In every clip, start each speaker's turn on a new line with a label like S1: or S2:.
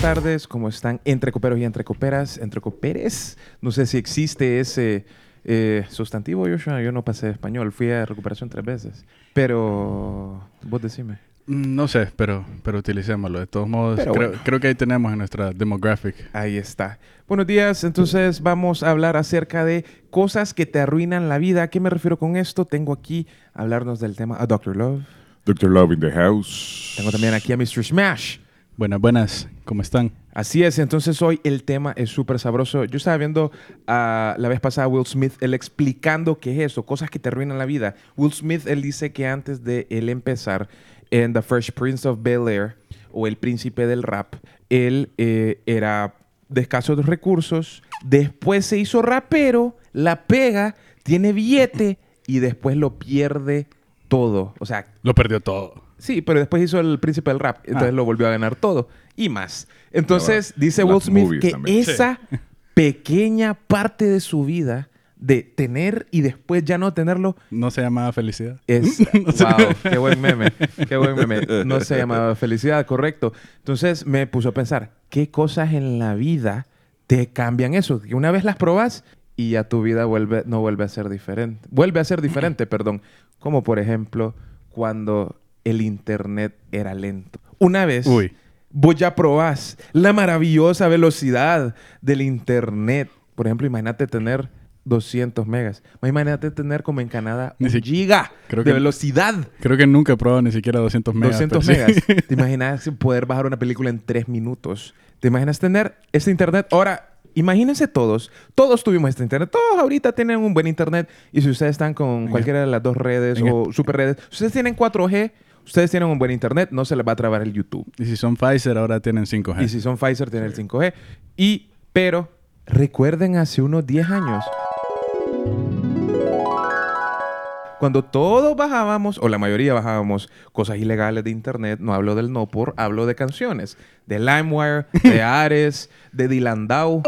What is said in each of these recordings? S1: tardes, ¿cómo están? Entre coperos y entre coperas, entre coperes. No sé si existe ese eh, sustantivo, Joshua. Yo no pasé español, fui a recuperación tres veces. Pero vos decime.
S2: Mm, No sé, pero, pero utilicémoslo. De todos modos,
S1: Pero
S2: creo,
S1: bueno.
S2: creo que ahí tenemos en nuestra demographic.
S1: Ahí está. Buenos días, entonces vamos a hablar acerca de cosas que te arruinan la vida. ¿A qué me refiero con esto? Tengo aquí a hablarnos del tema a Dr. Love.
S3: Doctor Love in the house.
S1: Tengo también aquí a Mr. Smash.
S2: Buenas, buenas. ¿Cómo están?
S1: Así es, entonces hoy el tema es súper sabroso. Yo estaba viendo ah, la vez pasada a Will Smith, él explicando qué es eso, cosas que te arruinan la vida. Will Smith, él dice que antes de él empezar en The Fresh Prince of Bel Air o El Príncipe del Rap, él eh, era de escasos recursos, después se hizo rapero, la pega, tiene billete y después lo pierde todo. O sea,
S2: Lo perdió todo.
S1: Sí, pero después hizo el príncipe del rap, entonces
S2: Ah.
S1: lo volvió a ganar todo y más. Entonces
S3: Ahora,
S1: dice
S3: las
S1: Will Smith
S3: movies
S1: que
S3: también.
S1: esa pequeña parte de su vida de tener y después ya no tenerlo
S2: No se llamaba felicidad.
S1: es wow, qué buen meme, qué buen meme. No se llamaba felicidad, correcto. Entonces me puso a pensar, ¿qué cosas en la vida te cambian eso? Que una vez las probas y ya tu vida vuelve no vuelve a ser diferente. Vuelve a ser diferente, perdón, como por ejemplo cuando el internet era lento. Una vez
S2: Uy.
S1: vos ya probás la maravillosa velocidad del internet. Por ejemplo, imagínate tener 200 megas. Imagínate tener como en Canadá
S2: Ni
S1: un
S2: si-
S1: giga
S2: creo
S1: de
S2: que-
S1: velocidad.
S2: Creo que nunca he probado ni siquiera 200 megas.
S1: 200
S2: pero sí.
S1: megas. ¿Te imaginas poder bajar una película en 3 minutos? ¿Te imaginas tener este internet? Ahora, imagínense todos. Todos tuvimos este internet. Todos ahorita tienen un buen internet. Y si ustedes están con cualquiera de las dos redes
S2: en
S1: o super redes, ustedes tienen 4G, ustedes tienen un buen internet, no se les va a trabar el YouTube.
S2: y si son Pfizer, ahora tienen 5G.
S1: Y si son Pfizer, tienen el 5G. Y, pero, recuerden hace unos 10 años. Cuando todos bajábamos, o la mayoría bajábamos, cosas ilegales de internet, no hablo del no por, hablo de canciones. De LimeWire, de Ares, de Dilandau,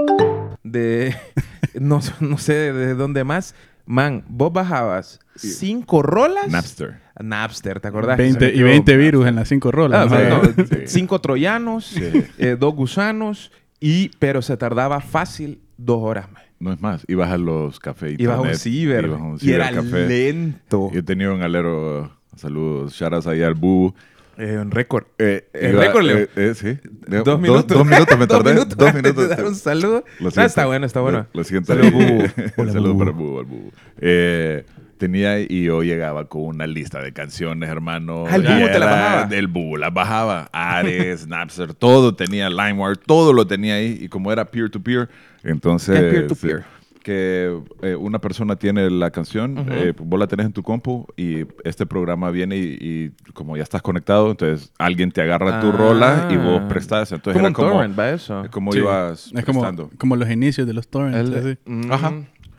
S1: de. No, no sé de dónde más. Man, vos bajabas cinco rolas.
S3: Napster.
S1: Napster, ¿te acordás?
S2: 20 y 20 virus en las 5 rolas.
S1: Ah,
S2: ¿no?
S1: bueno,
S3: Sí.
S1: Cinco troyanos, eh, dos gusanos, y, pero se tardaba fácil dos horas más.
S3: No es más. Ibas a los cafés.
S1: Ibas a un
S3: internet,
S1: ciber
S3: ibas a un
S1: y era
S3: cibercafé.
S1: lento.
S3: Yo tenía un alero. Saludos. Sharas ahí al Bú.
S1: Eh, un récord.
S3: Eh,
S1: El
S3: iba-
S1: récord, Leo.
S3: eh, eh, sí. Leo,
S1: Dos minutos.
S3: Dos, minutos me
S1: Dos
S3: tardé.
S1: minutos
S3: Dos
S1: antes de
S3: minutos.
S1: dar un saludo.
S3: Lo
S1: No,
S3: siento.
S1: Ah, está bueno, está bueno.
S3: Lo, lo siento.
S1: Saludos,
S3: Eh,
S1: Bubu. Hola,
S3: Saludos
S1: Bubu.
S3: para Bubu, al Bubu. Eh, tenía y yo llegaba con una lista de canciones, hermano.
S1: Ah, el
S3: Y
S1: Bubu te la
S3: era
S1: bajaba.
S3: Del Bubu la bajaba. Ares, Napster, todo tenía, LimeWire, todo lo tenía ahí. Y como era peer-to-peer, entonces...
S1: ¿Qué es peer-to-peer?
S3: eh, que eh, una persona tiene la canción, eh, vos la tenés en tu compu y este programa viene y, y como ya estás conectado, entonces alguien te agarra tu
S1: Ah.
S3: rola y vos prestas. Entonces
S1: como
S3: era
S1: un
S3: como,
S1: torrent, va eso.
S3: como
S2: Sí.
S3: ibas
S2: Es
S3: prestando.
S2: como, como los inicios de los torrents.
S1: El-
S2: así.
S1: Mm.
S3: Ajá.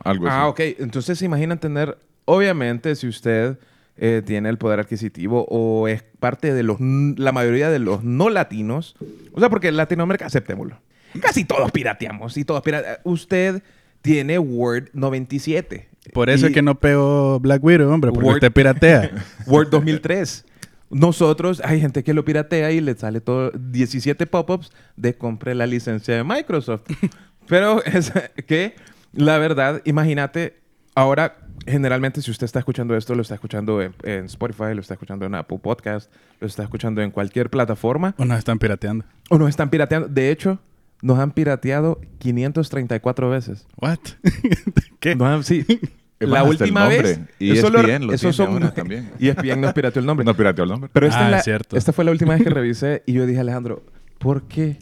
S3: Algo
S1: Ah,
S3: así.
S1: ok. Entonces se imaginan tener, obviamente, si usted eh, tiene el poder adquisitivo o es parte de los, n- la mayoría de los no latinos, o sea, porque en Latinoamérica, aceptémoslo, casi todos pirateamos y todos pirateamos. Usted tiene Word 97.
S2: Por eso
S1: Y
S2: es que no pegó Black Widow, hombre, porque
S1: Word-
S2: usted piratea.
S1: Word 2003. Nosotros, hay gente que lo piratea y le sale todo 17 pop-ups de compre la licencia de Microsoft. Pero es que, la verdad, imagínate, ahora generalmente si usted está escuchando esto, lo está escuchando en, en Spotify, lo está escuchando en Apple Podcast, lo está escuchando en cualquier plataforma,
S2: o nos están pirateando.
S1: o nos están pirateando. De hecho, nos han pirateado 534 veces.
S2: ¿What? ¿Qué?
S1: Nos han- sí.
S3: Es
S1: La
S3: más, hasta el
S1: última vez.
S3: nombre. Y E ESPN lo tiene ahora también.
S1: Y E ESPN nos pirateó el nombre.
S3: No pirateó el nombre.
S1: Pero esta,
S2: Ah,
S1: es la-
S2: es cierto.
S1: esta fue la última vez que revisé y yo dije, Alejandro, ¿por qué?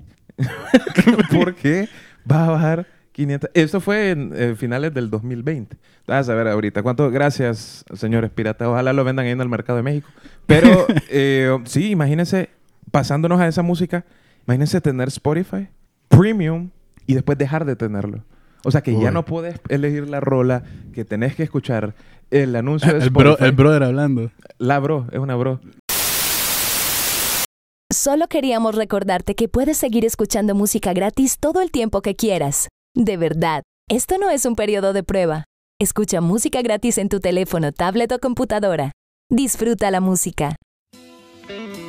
S1: ¿Por qué va a bajar 500? Esto fue en eh, finales del 2020. Vas a ver ahorita. ¿Cuánto? Gracias, señores piratas. Ojalá lo vendan ahí en el mercado de México. Pero eh, sí, imagínense, pasándonos a esa música, imagínense tener Spotify Premium y después dejar de tenerlo. O sea que ya
S2: Uy.
S1: no puedes elegir la rola que tenés que escuchar, el anuncio de
S2: El, bro-
S1: Spotify.
S2: el brother hablando.
S1: La bro, es una bro.
S4: Solo queríamos recordarte que puedes seguir escuchando música gratis todo el tiempo que quieras. De verdad, esto no es un periodo de prueba. Escucha música gratis en tu teléfono, tablet o computadora. Disfruta la música.
S2: Es-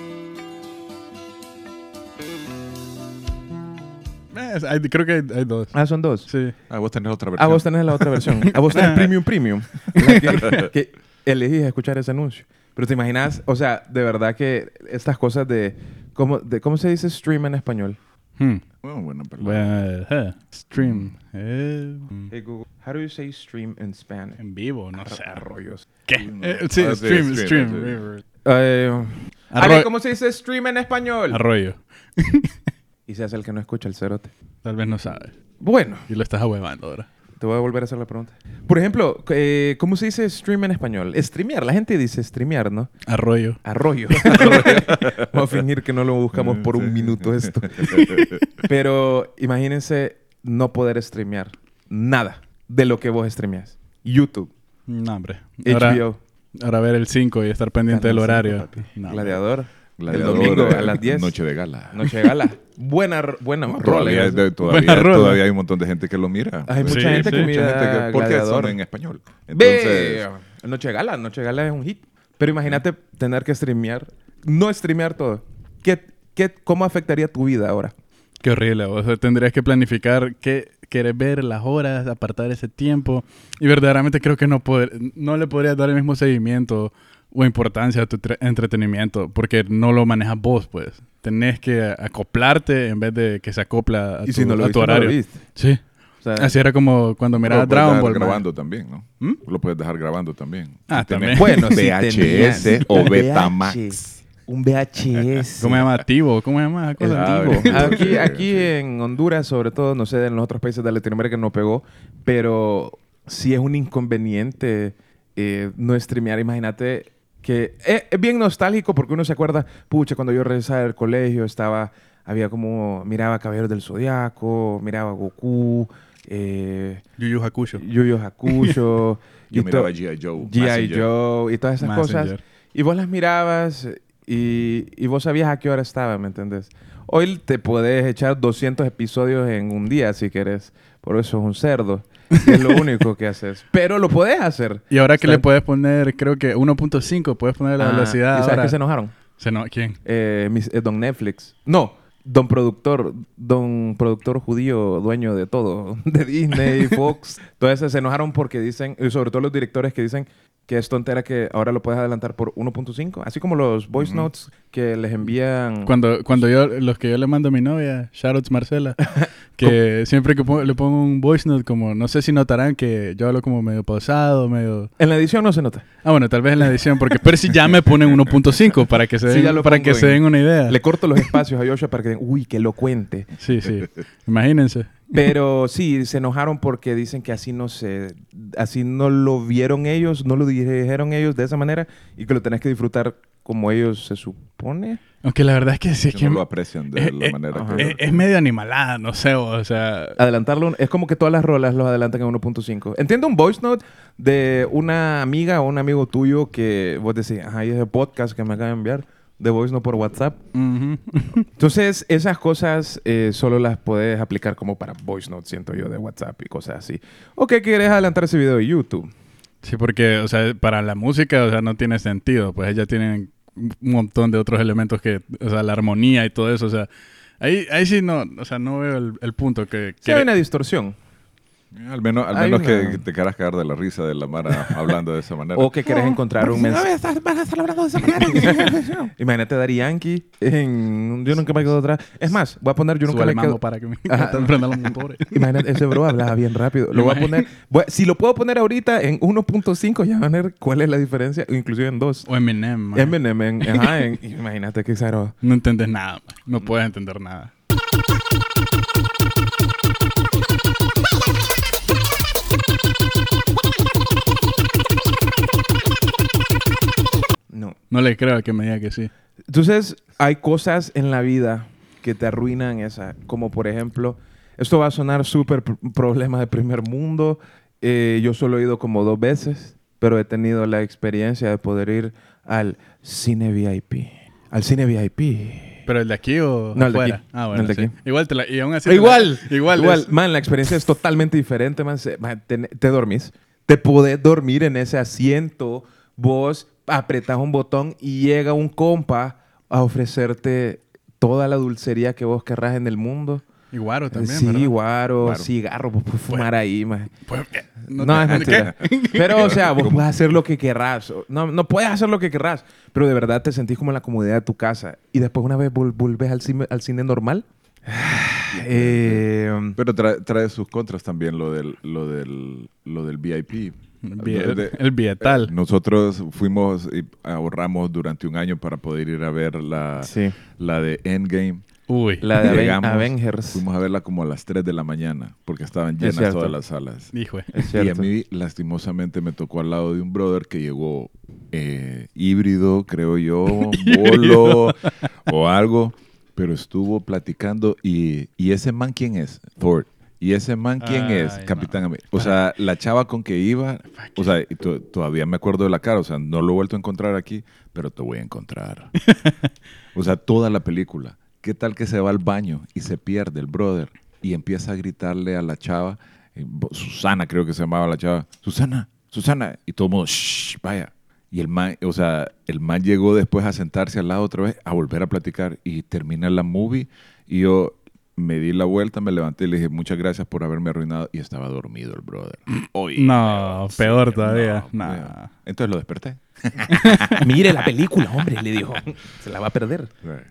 S2: Eh, hay- creo que hay, hay dos.
S1: Ah, son dos.
S2: Sí.
S3: Ah, vos tenés otra
S1: Ah,
S3: versión.
S1: vos tenés la otra versión. A vos tenés Premium Premium. La que, que elegís escuchar ese anuncio. Pero te imaginas, o sea, de verdad que estas cosas de. ¿Cómo, de, ¿cómo se dice stream en español?
S2: Hmm.
S3: Bueno, bueno, perdón.
S2: Bueno, eh, stream. Eh,
S1: Hey Google, how do you say stream in Spanish?
S2: en vivo, no sé.
S1: Arroyos.
S2: ¿Qué?
S3: no.
S2: Eh, sí,
S3: Ah, sí,
S2: stream,
S3: stream,
S2: stream. Ah,
S3: sí.
S2: river.
S1: Eh, a
S2: Arroyo-
S1: ver, ¿cómo se dice stream en español?
S2: Arroyo.
S1: y se hace el que no escucha el cerote.
S2: Tal vez no sabes.
S1: Bueno,
S2: Y lo estás ahuevando ahora.
S1: te voy a volver a hacer la pregunta. Por ejemplo, eh, ¿cómo se dice stream en español? Streamear. La gente dice streamear, ¿no?
S2: Arroyo.
S1: Arroyo. Vamos a fingir que no lo
S3: Mm,
S1: buscamos por un minuto esto. Pero imagínense no poder streamear nada de lo que vos streameas. YouTube,
S2: No, hombre. Ahora,
S1: HBO,
S2: ahora ver el 5 y estar pendiente del
S1: Canal
S2: horario.
S1: cinco, papi.
S2: No.
S1: Gladiador,
S3: Gladiador,
S1: el domingo
S3: eh,
S1: a las 10.
S3: Noche de gala.
S1: Noche de gala. Buena, r- buena rola.
S3: Todavía,
S1: esa.
S3: de- todavía,
S2: Buena rola.
S3: todavía hay un montón de gente que lo mira.
S1: Hay mucha
S2: Sí,
S1: gente
S2: sí.
S1: que
S2: Mucha
S1: mira
S3: porque
S1: Gladiador.
S3: son en español.
S1: Ve,
S3: Entonces,
S1: Noche de gala, Noche de gala es un hit. Pero imagínate tener que streamear, no streamear todo. ¿Qué, qué, ¿Cómo afectaría tu vida ahora?
S2: Qué horrible. O sea, tendrías que planificar qué querés ver, las horas, apartar ese tiempo. Y verdaderamente creo que no, poder, no le podrías dar el mismo seguimiento o importancia a tu tre- entretenimiento porque no lo manejas vos, pues. Tenés que acoplarte en vez de que se acopla a tu, a tu
S1: viste, lo
S2: horario.
S1: viste.
S2: sí.
S1: O sea,
S2: Así era como cuando mirabas
S3: lo puedes
S2: Dragon
S3: dejar
S2: Ball. man.
S3: grabando también, ¿no?
S2: ¿Mm?
S3: Lo puedes dejar grabando también.
S2: Ah,
S3: Si
S2: también.
S3: tenés-
S1: Bueno, si
S3: VHS
S1: tenías-
S3: o
S1: VH,
S3: Betamax.
S1: Un VHS.
S2: ¿Cómo se llama? Tivo. ¿Cómo se llama? esa
S1: El
S2: cosa?
S3: Ah,
S1: Tivo.
S3: bueno.
S1: Aquí,
S3: Sí,
S1: aquí
S3: sí.
S1: en Honduras, sobre todo, no sé, en los otros países de Latinoamérica no pegó, pero sí es un inconveniente eh, no streamear. Imagínate que es, es bien nostálgico porque uno se acuerda, pucha, cuando yo regresaba del colegio estaba, había como, miraba Caballeros del Zodiaco, miraba Goku, eh,
S2: Yu Yu Hakusho.
S1: Yu Yu Hakusho, y
S3: Yo
S1: to-
S3: miraba G.I. Joe.
S1: G.I.
S3: Messenger.
S1: Joe y todas esas cosas.
S2: Messenger.
S1: Y vos las mirabas y, y vos sabías a qué hora estaba, ¿me entendés? Hoy te podés echar 200 episodios en un día si querés. Por eso es un cerdo. Es lo único que haces. Pero lo podés hacer.
S2: Y ahora que
S1: Está-
S2: le puedes poner, creo que 1.5, puedes poner la
S1: Ah,
S2: velocidad.
S1: ¿Y sabes
S2: ahora.
S1: que se enojaron?
S2: Se no- ¿Quién?
S1: Eh, mis- eh, don Netflix. No, don productor. Don productor judío, dueño de todo. De Disney, Fox. Entonces se enojaron porque dicen, y sobre todo los directores que dicen que es tontera que ahora lo puedes adelantar por 1.5. Así como los voice
S3: Ujú.
S1: notes que les envían...
S2: Cuando, cuando yo, los que yo le mando a mi novia, shoutouts Marcela, que siempre que pongo- le pongo un voice note, como no sé si notarán que yo hablo como medio pausado, medio.
S1: En la edición no se nota.
S2: Ah, bueno, tal vez en la edición, porque pero si ya me ponen 1.5 para que se
S1: Sí,
S2: den,
S1: ya lo
S2: para
S1: pongo
S2: que se
S1: en-
S2: den una idea.
S1: Le corto los espacios a Joshua para que digan, uy, que lo cuente.
S2: Sí, sí. Imagínense.
S1: Pero sí, se enojaron porque dicen que así no se... Así no lo vieron ellos, no lo dijeron ellos de esa manera y que lo tenés que disfrutar como ellos se supone.
S2: Aunque la verdad es que sí es
S3: Que
S2: que
S3: no lo aprecian de
S2: eh,
S3: la
S2: eh,
S3: manera
S1: ajá.
S3: que...
S2: es, es medio animalada, no sé, o sea.
S1: Adelantarlo es como que todas las rolas los adelantan en 1.5. Entiendo un voice note de una amiga o un amigo tuyo que vos decís, ajá, y ese podcast que me acaba de enviar de voice note por WhatsApp.
S2: ujú.
S1: Entonces, esas cosas eh, solo las puedes aplicar como para voice note, siento yo, de WhatsApp y cosas así. ¿O qué quieres adelantar ese video de YouTube?
S2: Sí, porque, o sea, para la música, o sea, no tiene sentido. Pues ella tienen un montón de otros elementos que, o sea, la armonía y todo eso, o sea, ahí, ahí sí no, o sea, no veo el, el punto que...
S1: Sí,
S2: que-
S1: hay una distorsión.
S3: Eh, Al menos, al
S1: Hay
S3: menos que,
S1: una-
S3: que te querás cagar de la risa de la Mara hablando de esa manera.
S1: O que querés encontrar un mensaje. Imagínate a Daddy Yankee en Yo nunca me quedo atrás. Es más, voy a poner Yo nunca
S2: Súbale
S1: me quedo
S2: mambo para que me
S1: Ajá.
S2: te prendan los motores.
S1: Imagínate, ese bro hablaba bien rápido. Lo voy a poner. voy a- si lo puedo poner ahorita en 1.5, ya van a ver cuál es la diferencia, inclusive en 2.
S2: O Eminem, man.
S1: Eminem, en- ajá, en- imagínate que exagerado.
S2: No entendés nada, man. No puedes entender nada.
S1: No.
S2: No le creo al que me diga que sí.
S1: Entonces, hay cosas en la vida que te arruinan esa. Como por ejemplo, esto va a sonar súper pr- problema de primer mundo. Eh, yo solo he ido como dos veces, pero he tenido la experiencia de poder ir al cine VIP. Al cine VIP.
S2: ¿Pero el de aquí o
S1: No, el de
S2: afuera?
S1: aquí.
S2: Ah,
S1: No,
S2: bueno,
S1: el de
S2: sí.
S1: aquí.
S2: Igual te la... Y aún así... te la-
S1: Igual,
S2: igual.
S1: igual.
S2: es-
S1: Man, la experiencia es totalmente diferente, man. Se- man, te, te dormís. Te podés dormir en ese asiento. Vos apretás un botón y llega un compa a ofrecerte toda la dulcería que vos querrás en el mundo.
S2: Y guaro también,
S1: Eh, sí,
S2: ¿verdad?
S1: guaro,
S3: Guaro.
S1: cigarro, vos puedes fumar ahí, maje.
S2: Pues, ¿qué?
S1: No,
S2: te-
S1: es mentira.
S2: ¿Qué?
S1: Pero, o sea, vos puedes hacer lo que querrás. O- No, no puedes hacer lo que querrás, pero de verdad te sentís como en la comodidad de tu casa. Y después, una vez vol- volvés al cine, al cine normal, eh,
S3: Pero trae, trae sus contras también lo del, lo del, lo del VIP.
S2: El,
S3: De- de- eh,
S2: vie- el bietal.
S3: Nosotros fuimos y ahorramos durante un año para poder ir a ver la,
S1: sí.
S3: la de Endgame.
S2: Uy.
S1: La de Aven-
S3: Llegamos,
S1: Avengers.
S3: Fuimos a verla como a las 3 de la mañana porque estaban
S1: Es
S3: llenas
S1: cierto.
S3: todas las salas.
S2: Hijo. de-
S1: Es
S3: Y a
S1: cierto.
S3: mí, lastimosamente, me tocó al lado de un brother que llegó eh, híbrido, creo yo, bolo o algo, pero estuvo platicando. Y, ¿Y ese man quién es? Thor. ¿Y ese man quién
S2: Ay,
S3: es?
S2: no.
S3: Capitán América. O sea, la chava con que iba, o sea, y to- todavía me acuerdo de la cara, o sea, no lo he vuelto a encontrar aquí, pero te voy a encontrar. o sea, toda la película. ¿Qué tal que se va al baño y se pierde el brother y empieza a gritarle a la chava, eh, bo- Susana creo que se llamaba la chava, Susana, Susana, y todo el mundo, shh, vaya. Y el man, o sea, el man llegó después a sentarse al lado otra vez, a volver a platicar y termina la movie y yo me di la vuelta, me levanté y le dije muchas gracias por haberme arruinado y estaba dormido el brother. Oye,
S2: No,
S3: sí,
S2: peor todavía.
S3: no,
S2: Nah.
S3: peor. Entonces lo desperté.
S1: Mire la película, hombre, le dijo. Se la va a perder.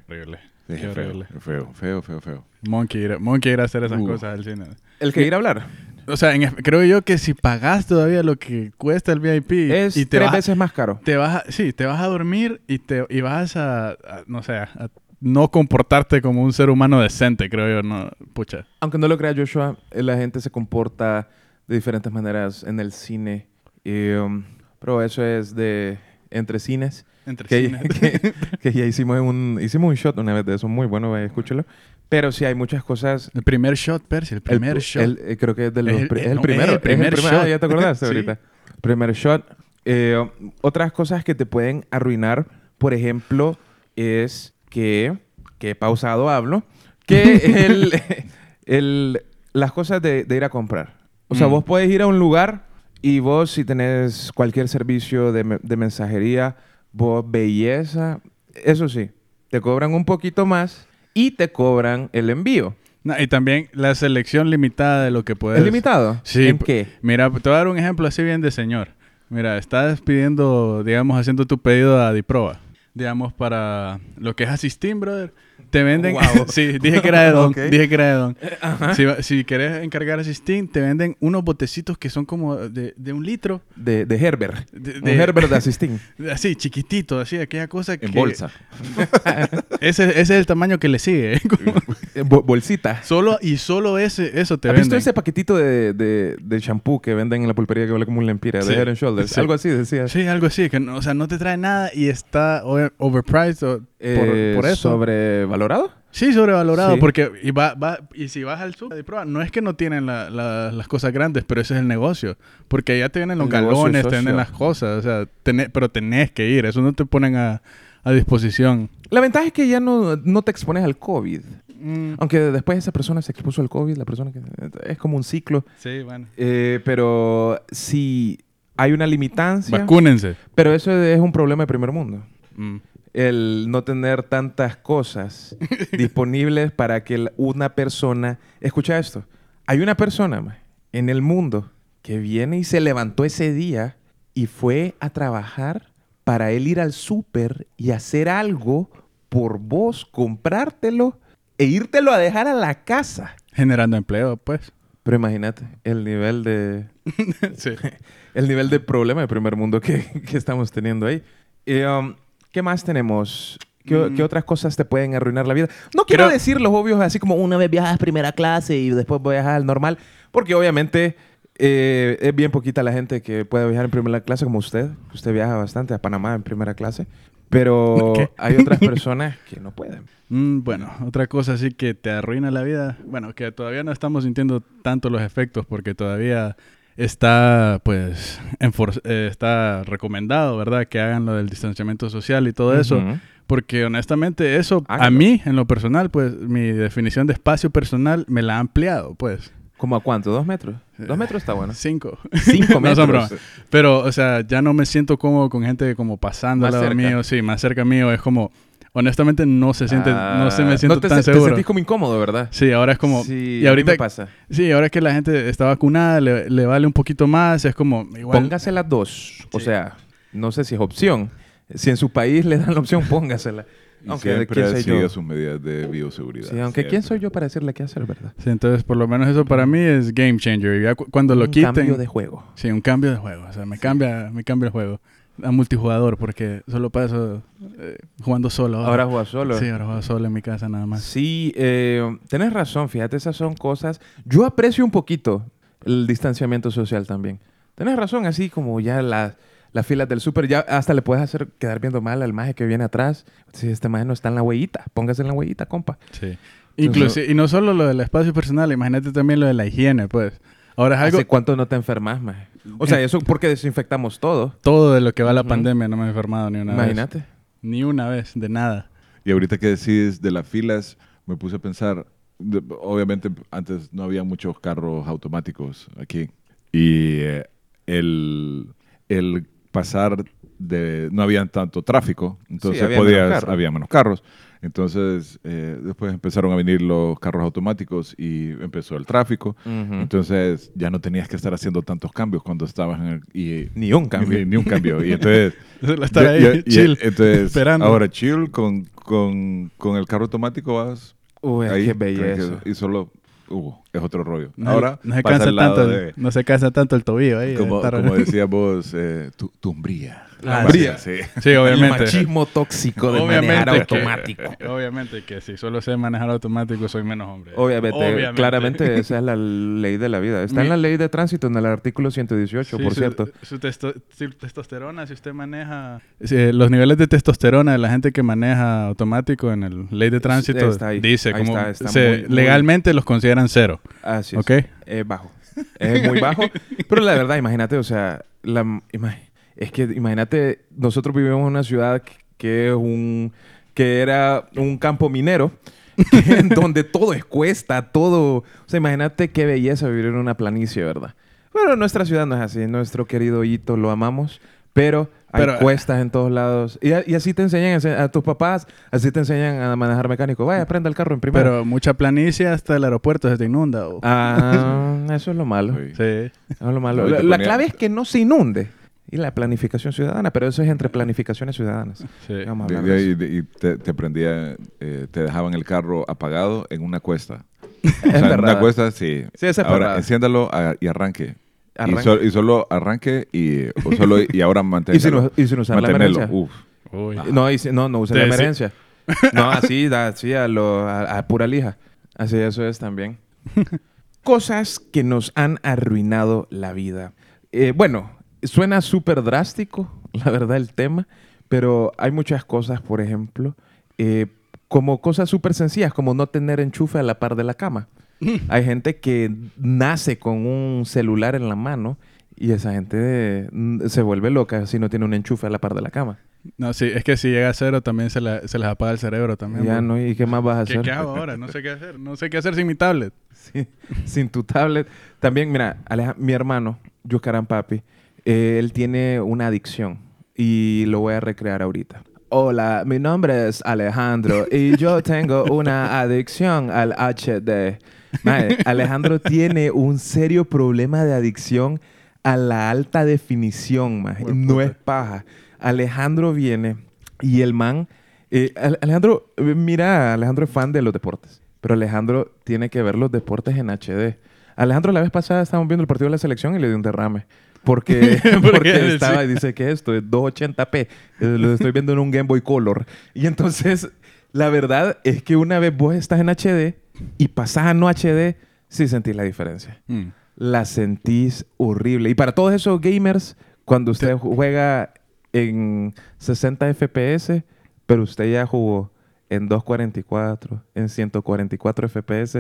S2: Horrible.
S3: Sí,
S2: Qué horrible.
S3: feo, feo, feo, feo, feo.
S2: Monkey ir, Monkey ir a hacer esas
S3: Uh.
S2: cosas al cine.
S1: El que ir a hablar
S2: O sea, en efe- creo yo que si pagas todavía lo que cuesta el VIP
S1: es
S2: y te
S1: tres
S2: vas,
S1: veces más caro.
S2: te vas a, sí, te vas a dormir y te y vas a, a- no sé, a no comportarte como un ser humano decente, creo yo, no, pucha.
S1: Aunque no lo crea Joshua, eh, la gente se comporta de diferentes maneras en el cine. Y, um, pero eso es de entre cines.
S2: Entre
S1: Que,
S2: cine.
S1: que- que ya hicimos un, hicimos un shot una vez de eso, muy bueno, vaya, escúchelo. Pero sí hay muchas cosas.
S2: El primer shot, Percy, el
S1: El
S2: primer
S1: pr-
S2: shot.
S1: el- eh, creo que es de los
S2: Es el-
S1: pri- es el
S2: no, es
S1: primero.
S2: el
S1: es el
S2: primer
S1: primero. Ah,
S2: shot.
S1: ya te acordaste
S2: Sí.
S1: ahorita. Primer shot. Eh, otras cosas que te pueden arruinar, por ejemplo, es que, que pausado hablo, que el, el- las cosas de, de ir a comprar. O sea,
S2: Mm.
S1: vos podés ir a un lugar y vos si tenés cualquier servicio de, me- de mensajería, vos belleza, eso sí, te cobran un poquito más y te cobran el envío.
S2: No, y también la selección limitada de lo que puedes.
S1: ¿Es limitado?
S2: Pues, Sí.
S1: ¿En
S2: p-
S1: qué?
S2: Mira, te voy a dar un ejemplo así bien de señor. Mira, estás pidiendo, digamos, haciendo tu pedido a Diproa. Digamos, para lo que es Asistín, brother. Te venden...
S1: Wow.
S2: sí, dije que era de Don.
S1: Ok.
S2: Dije que era de Don. Si, va- si querés encargar Asistín, te venden unos botecitos que son como de, de un litro.
S1: De, de Herbert.
S2: De-
S1: Un
S2: de-
S1: Herbert de Asistín.
S2: Así, chiquitito, así, aquella cosa que...
S3: En bolsa.
S2: Ese, ese es el tamaño que le sigue. como-
S1: Eh, bo- bolsita.
S2: solo, y solo ese, eso te
S1: ¿Has
S2: venden.
S1: visto ese paquetito de, de, de shampoo que venden en la pulpería que vale como un lempira?
S2: Sí.
S1: De Head and Shoulders.
S2: Sí.
S1: Algo así decía.
S2: Sí, algo así, que no- o sea, no te trae nada y está o- overpriced o- por-
S1: Eh,
S2: por, eso.
S1: ¿Sobrevalorado?
S2: Sí, sobrevalorado,
S1: Sí.
S2: porque y, va, va- y si vas al super de prueba, no es que no tienen la- la- las cosas grandes, pero ese es el negocio, porque ya te vienen los
S1: El negocio
S2: galones,
S1: es
S2: te vienen
S1: socio.
S2: las cosas, o sea, tenés- pero tenés que ir, eso no te ponen a, a disposición.
S1: La ventaja es que ya no, no te expones al COVID. Aunque después esa persona se expuso al COVID, la persona que... Es como un ciclo.
S2: Sí, bueno.
S1: Eh, pero si hay una limitancia...
S2: Vacúnense.
S1: pero eso es un problema de primer mundo.
S2: Mm.
S1: el no tener tantas cosas disponibles para que la- una persona... Escucha esto. Hay una persona ma, en el mundo que viene y se levantó ese día y fue a trabajar para él ir al súper y hacer algo por vos, comprártelo e írtelo a dejar a la casa.
S2: Generando empleo, pues.
S1: Pero imagínate el nivel de,
S2: sí.
S1: el nivel de problema de primer mundo que, que estamos teniendo ahí. Y, um, ¿Qué más tenemos? ¿Qué, o-
S2: Mm.
S1: qué otras cosas te pueden arruinar la vida? No quiero
S2: Creo-
S1: decir los obvios, así como una vez viajas primera clase y después viajas al normal, porque obviamente eh, es bien poquita la gente que puede viajar en primera clase como usted. Usted viaja bastante a Panamá en primera clase, pero
S2: ¿Qué?
S1: hay otras personas que no pueden.
S2: Mm, bueno, otra cosa así que te arruina la vida. Bueno, que todavía no estamos sintiendo tanto los efectos porque todavía está, pues, enfor- eh, está recomendado, ¿verdad? Que hagan lo del distanciamiento social y todo eso.
S1: Ujú.
S2: Porque honestamente eso, a
S1: Háganlo.
S2: mí, en lo personal, pues, mi definición de espacio personal me la ha ampliado, pues.
S1: ¿Cómo a cuánto? ¿Dos metros? Dos metros está bueno.
S2: Cinco.
S1: Cinco
S2: No
S1: metros.
S2: son bromas. Pero, o sea, ya no me siento cómodo con gente como pasando
S1: Más
S2: al lado
S1: cerca.
S2: mío, sí, más cerca mío. Es como, honestamente no se siente, no se me siento
S1: Ah, no te,
S2: tan
S1: se- Te
S2: seguro.
S1: sentís como incómodo, ¿verdad?
S2: Sí, ahora es como...
S1: Sí,
S2: y
S1: a mí
S2: ahorita...
S1: me pasa.
S2: Sí, ahora que la gente está vacunada, le, le vale un poquito más, es como... Igual,
S1: Póngase las dos. O sea, no sé si es opción. Si en su país le dan la opción, póngasela.
S3: Y
S1: Aunque de
S3: siempre
S1: quién
S3: ha
S1: soy
S3: sido
S1: yo.
S3: sus medidas de bioseguridad.
S1: Sí, aunque quién
S3: siempre.
S1: soy yo para decirle qué hacer, ¿verdad?
S2: Sí, entonces por lo menos eso para mí es game changer. Ya cu- cuando lo
S1: Un
S2: quiten...
S1: cambio de juego.
S2: Sí, un cambio de juego. O sea, me, cambia, me cambia el juego. A multijugador, porque solo paso eh, jugando solo.
S1: Ahora juega solo.
S2: Sí, ahora juego solo en mi casa nada más.
S1: Sí, eh, tenés razón, fíjate, esas son cosas. Yo aprecio un poquito el distanciamiento social también. Tenés razón, así como ya las las filas del súper, ya hasta le puedes hacer quedar viendo mal al maje que viene atrás. Si este maje no está en la huellita, póngase en la huellita, compa.
S2: Sí. Inclusive, y no solo lo del espacio personal, imagínate también lo de la higiene, pues. Ahora es algo...
S1: ¿Hace cuánto no te enfermas, maje? O sea, eso porque desinfectamos todo.
S2: Todo de lo que va la
S1: Ujú.
S2: pandemia no me he enfermado ni una vez.
S1: Imagínate.
S2: Ni una vez, de nada.
S3: Y ahorita que decís de las filas, me puse a pensar, de- obviamente antes no había muchos carros automáticos aquí. Y eh, el, el pasar de... No había tanto tráfico, entonces
S1: había menos
S3: podías,
S1: carros.
S3: había menos carros. Entonces eh, después empezaron a venir los carros automáticos y empezó el tráfico.
S1: Ujú.
S3: Entonces ya no tenías que estar haciendo tantos cambios cuando estabas en el... Y,
S1: Ni un cambio.
S3: Ni, ni un cambio. Y entonces...
S2: Solo estar
S3: Ya-
S2: ahí,
S3: ya- ya-
S2: chill,
S3: entonces,
S2: esperando.
S3: Ahora chill con, con, con el carro automático vas
S1: Uy,
S3: ahí.
S1: qué belleza.
S3: tranquilo, Y solo uh, es otro rollo.
S2: no,
S3: ahora
S2: no se
S3: pasa
S2: cansa
S3: al lado
S2: tanto,
S3: de-
S2: no se cansa tanto el tobillo ahí. de
S3: como,
S2: estar-
S3: como decías vos, eh, tu, tu umbría.
S1: La
S3: Pasa,
S1: umbría.
S3: sí.
S2: sí,
S1: El
S2: obviamente.
S1: machismo tóxico de manejar automático.
S2: Que, obviamente que si solo sé manejar automático soy menos hombre.
S1: Obviamente, claramente esa es la ley de la vida. Está en
S2: Mi-
S1: la ley de tránsito, en el artículo 118,
S2: Sí,
S1: por
S2: su-
S1: cierto.
S2: Su, testo- su testosterona, si usted maneja... Sí, eh, los niveles de testosterona de la gente que maneja automático en el ley de tránsito
S1: está ahí,
S2: dice
S1: ahí
S2: como...
S1: está, está
S2: se-
S1: muy- muy-
S2: legalmente los consideran cero.
S1: Así es.
S2: ¿Ok?
S1: Es bajo. Es muy bajo. pero la verdad, imagínate, o sea, la, ima- es que imagínate, nosotros vivimos en una ciudad que, que es un que era un campo minero, en donde todo es cuesta, todo. O sea, imagínate qué belleza vivir en una planicie, ¿verdad? Bueno, nuestra ciudad no es así. Nuestro querido Hito lo amamos, pero hay
S2: Pero- ah,
S1: cuestas en todos lados. Y, a- y así te enseñan a, a tus papás, así te enseñan a manejar mecánico. Vaya, aprenda el carro en primera.
S2: Pero mucha planicie hasta el aeropuerto se te inunda. o-
S1: Ah, eso es lo malo.
S3: Sí.
S2: Sí.
S1: No, lo malo.
S3: No, y
S1: la,
S3: te
S1: la
S3: ponían-
S1: clave es que no se inunde. Y la planificación ciudadana, pero eso es entre planificaciones ciudadanas.
S2: sí.
S1: Vamos a
S3: De-
S1: hablar
S3: de
S1: de
S3: ahí-
S1: eso.
S3: de- y te, te prendía, eh, te dejaban el carro apagado en una cuesta. O
S1: Es
S3: sea, en
S1: verdad.
S3: una cuesta, sí.
S1: Sí, esa es
S3: ahora
S1: perrada.
S3: enciéndalo a- y arranque.
S1: Arranca.
S3: Y, sol- y solo arranque y, o solo, y ahora
S1: Y si no,
S3: manténgalo.
S1: y si no usar la
S3: Manténelo,
S1: emergencia.
S3: uf.
S2: Uy.
S1: No, y si- no, no usa
S2: Te
S1: la
S2: deci-
S1: emergencia. No, así, da- así a, lo, a, a pura lija. Así eso es también. Cosas que nos han arruinado la vida. Eh, bueno, suena súper drástico, la verdad, el tema, pero hay muchas cosas, por ejemplo, eh, como cosas súper sencillas, como no tener enchufe a la par de la cama. Hay gente que nace con un celular en la mano y esa gente mm, se vuelve loca si no tiene un enchufe a la par de la cama.
S2: No, sí, es que si llega a cero también se, la- se les apaga el cerebro también.
S1: Ya
S2: bro.
S1: no, ¿y qué más vas a
S2: ¿Qué,
S1: hacer?
S2: qué hago ahora? No sé qué hacer. No sé qué hacer sin mi tablet.
S1: Sí, sin tu tablet. También, mira, Aleja- mi hermano, Yucaran Papi, eh, él tiene una adicción y lo voy a recrear ahorita. Hola, mi nombre es Alejandro y yo tengo una adicción al HD. Mae, Alejandro tiene un serio problema de adicción a la alta definición, mae.
S2: Güey,
S1: No
S2: puta.
S1: es paja. Alejandro viene y el man. eh, Al- Alejandro, eh, mira, Alejandro es fan de los deportes, pero Alejandro tiene que ver los deportes en HD. Alejandro, la vez pasada estábamos viendo el partido de la selección y le dio un derrame. Porque,
S2: ¿Por
S1: porque
S2: qué?
S1: estaba
S2: Sí.
S1: y dice que esto es 280p. eh, Lo estoy viendo en un Game Boy Color. Y entonces, la verdad es que una vez vos estás en HD y pasás a no HD, sí sentís la diferencia
S2: Mm.
S1: la sentís horrible. Y para todos esos gamers, cuando usted juega en 60 FPS, pero usted ya jugó en 244, en 144 FPS,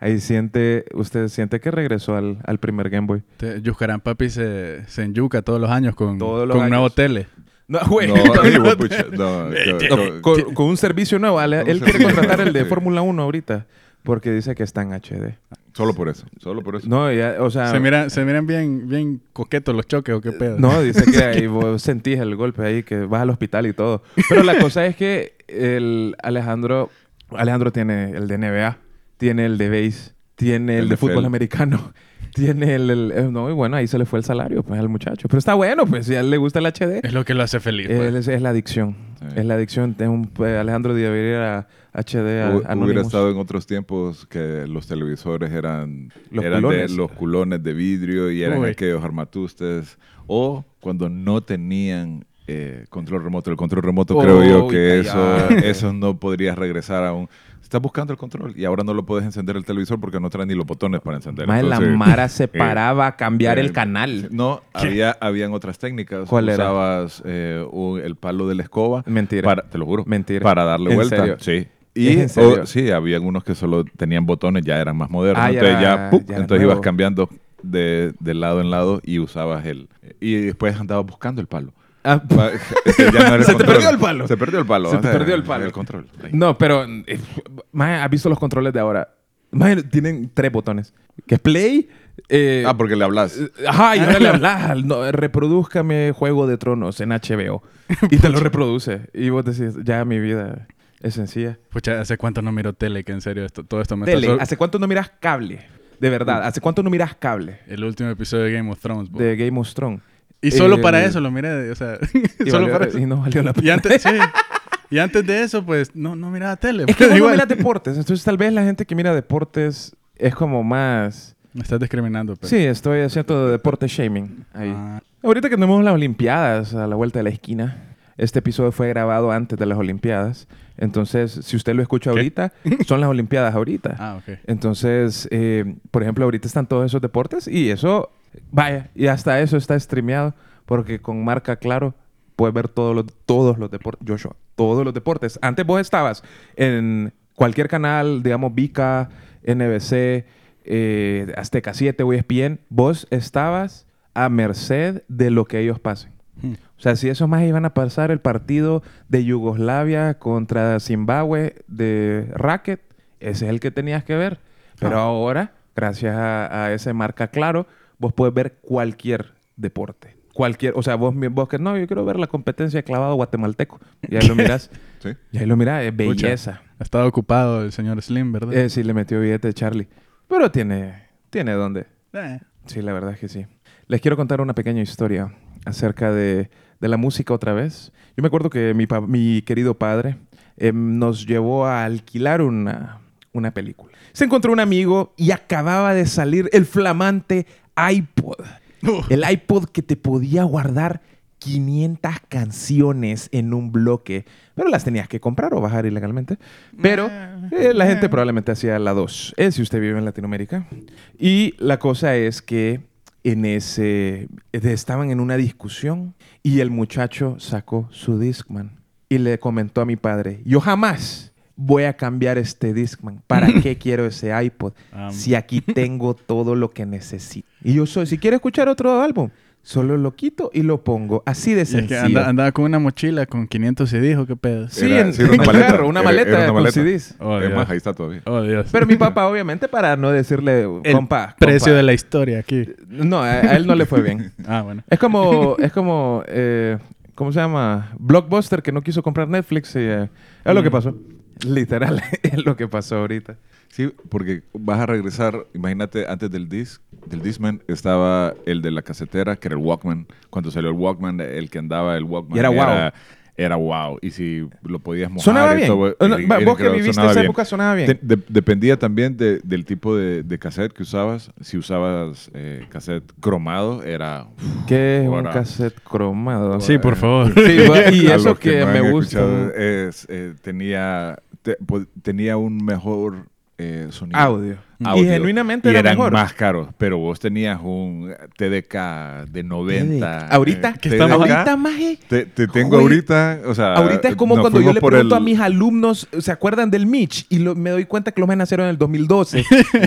S1: ahí siente, usted siente que regresó al, al primer Game Boy.
S2: Te- Yuscarán Papi se, se enyuca todos los años con,
S1: Todos los
S2: con
S1: años.
S2: nuevo tele.
S1: No, güey.
S3: No,
S1: con-
S3: eh, pucha, no, co- co-
S1: con, con un servicio nuevo. Ale-
S3: Con un
S1: él quiere
S3: servicio
S1: contratar
S3: nuevo,
S1: el de
S3: sí.
S1: Fórmula 1 ahorita, porque dice que está en HD.
S3: Solo por eso. Solo por eso.
S1: No, ya, o sea.
S2: se, mira, se miran bien, bien coquetos los choques o qué pedo.
S1: Eh, No, dice que ahí vos sentís el golpe ahí, que vas al hospital y todo. Pero la cosa es que el Alejandro, Alejandro tiene el de NBA, tiene el de base, tiene el,
S3: El
S1: de
S3: NFL.
S1: fútbol americano, tiene el, el- eh, no y bueno ahí se le fue el salario pues al muchacho. Pero está bueno pues si a él le gusta el HD.
S2: Es lo que lo hace feliz.
S1: Él
S2: pues.
S1: es, es la adicción.
S3: Sí.
S1: Es la adicción. Es un, eh, Alejandro debería ir a HD a,
S3: Hu- Hubiera
S1: Anonymous.
S3: estado en otros tiempos que los televisores eran,
S1: Los
S3: eran de-
S1: culones.
S3: los culones de vidrio y eran
S2: Uy.
S3: aquellos armatustes. O cuando no tenían eh, control remoto. El control remoto
S1: Oh,
S3: creo yo que
S1: y
S3: eso,
S1: cállate.
S3: eso no podrías regresar a un... Estás buscando el control y ahora no lo puedes encender el televisor porque no trae ni los botones para encender.
S1: Más la
S3: Entonces,
S1: Mara se
S3: eh,
S1: paraba a cambiar
S3: eh,
S1: el canal.
S3: No, había, habían otras técnicas.
S1: ¿Cuál era?
S3: Usabas eh, un- el palo de la escoba.
S1: Mentira.
S3: Para- te lo juro.
S1: Mentira.
S3: Para darle
S1: ¿En
S3: vuelta.
S1: serio?
S3: Sí.
S1: ¿Es
S3: Y
S1: en serio?
S3: o- sí, había algunos que solo tenían botones, ya eran más modernos.
S1: Ah, ya
S3: entonces ya,
S1: era-
S3: ¡pup!
S1: ya era
S3: entonces
S1: nuevo.
S3: ibas cambiando de, de lado en lado y usabas el. Y después andabas buscando el palo.
S1: Ah,
S3: Pa- este, ya no era el
S1: Se te
S3: control.
S1: perdió el palo.
S3: Se perdió el palo.
S1: Se
S3: o
S1: te
S3: sea,
S1: perdió el palo.
S3: El control. Ahí.
S1: No, pero eh, mae, ¿has visto los controles de ahora? Mae, tienen tres botones. Que es play. eh,
S3: Ah, porque le hablas.
S1: eh, Ajá, y ahora le hablas. al- No, reprodúzcame Juego de Tronos en HBO. Y te lo reproduce. Y vos decís, ya mi vida es sencilla.
S2: Pucha, ¿hace cuánto no miro tele? Que en serio, esto, todo esto me está
S1: Tele,
S2: sor-
S1: ¿hace cuánto no miras cable? De verdad, ¿hace cuánto no miras cable?
S2: El último episodio de Game of Thrones. po.
S1: De Game of Thrones.
S2: Y solo
S1: eh,
S2: para eso lo miré. O sea,
S1: Y,
S2: solo
S1: valió-
S2: para eso.
S1: y no valió la
S2: Y
S1: pena.
S2: antes, sí. Y antes de eso, pues, no, no miraba tele. pues,
S1: Es que vos no
S2: Igual.
S1: miras deportes. Entonces, tal vez la gente que mira deportes es como más...
S2: Me estás discriminando, pero.
S1: Sí, estoy haciendo deporte shaming ahí.
S2: Ah,
S1: Ahorita que tenemos las Olimpiadas a la vuelta de la esquina, este episodio fue grabado antes de las Olimpiadas. Entonces, si usted lo escucha
S2: ¿Qué?
S1: ahorita, son las Olimpiadas ahorita.
S2: ah, ok.
S1: Entonces, eh, por ejemplo, ahorita están todos esos deportes y eso, vaya, y hasta eso está streameado porque con marca claro puedes ver todos los, todos los deportes, Joshua, todos los deportes. Antes vos estabas en cualquier canal, digamos, Vika, NBC, eh, Azteca 7 o ESPN, vos estabas a merced de lo que ellos pasen.
S2: Hmm.
S1: O sea, si esos más iban a pasar el partido de Yugoslavia contra Zimbabue de racket, ese es el que tenías que ver. Pero
S2: Ah.
S1: ahora, gracias a, a ese marca claro, vos puedes ver cualquier deporte. Cualquier, o sea, vos, mi- vos que no, yo quiero ver la competencia de clavado guatemalteco. Y ahí lo mirás,
S3: Sí.
S1: y ahí lo mirás, es
S2: Pucha.
S1: belleza.
S2: Ha estado ocupado el señor Slim, ¿verdad?
S1: Eh, sí, le metió billete Charlie. Pero tiene, tiene dónde.
S2: Eh.
S1: Sí, la verdad es que sí. Les quiero contar una pequeña historia acerca de, de la música otra vez. Yo me acuerdo que mi, pa- mi querido padre em, nos llevó a alquilar una, una película. Se encontró un amigo y acababa de salir el flamante iPod. El iPod que te podía guardar 500 canciones en un bloque, pero las tenías que comprar o bajar ilegalmente. Pero eh, la gente probablemente hacía la 2, si usted vive en Latinoamérica. Y la cosa es que en ese eh, estaban en una discusión y el muchacho sacó su Discman y le comentó a mi padre, "Yo jamás voy a cambiar este Discman. ¿Para qué quiero ese iPod?
S2: Am-
S1: si aquí tengo todo lo que necesito. Y yo soy, si quiero escuchar otro álbum, solo lo quito y lo pongo. Así de
S2: Y es que
S1: sencillo.
S2: anda- andaba con una mochila con 500 CDs o qué pedo.
S1: Sí,
S3: Era-
S1: en,
S3: sí, era
S1: en
S3: una
S1: el
S3: maleta.
S1: carro, una
S3: Era-
S1: maleta
S3: era una
S1: con
S3: maleta.
S1: CDs.
S2: Oh,
S3: es
S2: Dios.
S3: más, ahí está todavía.
S2: Oh, Dios.
S1: Pero mi papá, obviamente, para no decirle, compa,
S2: El
S1: compa.
S2: Precio de la historia aquí.
S1: No, a, a él no le fue bien.
S2: Ah, bueno.
S1: Es como, es como, eh, ¿cómo se llama? Blockbuster que no quiso comprar Netflix y eh, es lo que
S2: Mm.
S1: pasó. Literal, es lo que pasó ahorita.
S3: Sí, porque vas a regresar, imagínate, antes del disc, del Discman estaba el de la casetera, que era el Walkman. Cuando salió el Walkman, el que andaba el Walkman.
S1: Y era wow.
S3: Era, era wow. Y si lo podías mojar.
S1: Sonaba
S3: y
S1: bien.
S3: todo,
S1: Oh, no,
S3: y-
S1: va,
S3: y
S1: vos que
S3: creo
S1: viviste
S3: sonaba
S1: esa
S3: bien.
S1: época sonaba bien.
S3: Te- de- dependía también de- del tipo de, de cassette que usabas. Si usabas eh, cassette cromado, era...
S1: ¿Qué es un
S3: Ahora.
S1: cassette cromado? eh.
S2: Eh, Sí, por favor.
S1: Sí, va- y
S3: A
S1: eso
S3: los
S1: que,
S3: no
S1: me
S3: han
S1: gusta.
S3: escuchado, es, eh, tenía, te- po- tenía un mejor eh, sonido.
S1: Audio.
S3: audio.
S1: Mm. Y genuinamente
S3: Y
S1: era
S3: eran
S1: mejor.
S3: más caros, pero vos tenías un TDK de 90.
S1: TDK. Ahorita,
S3: eh,
S2: que estamos
S3: TDK,
S1: Ahorita más es-
S3: Te, te tengo
S1: Uy.
S3: ahorita, o sea...
S1: Ahorita es como
S3: nos
S1: cuando yo
S3: fuimos
S1: le
S3: por
S1: pregunto
S3: el-
S1: a mis alumnos, ¿se acuerdan del Mitch? Y lo- me doy cuenta que los menos nacieron en el 2012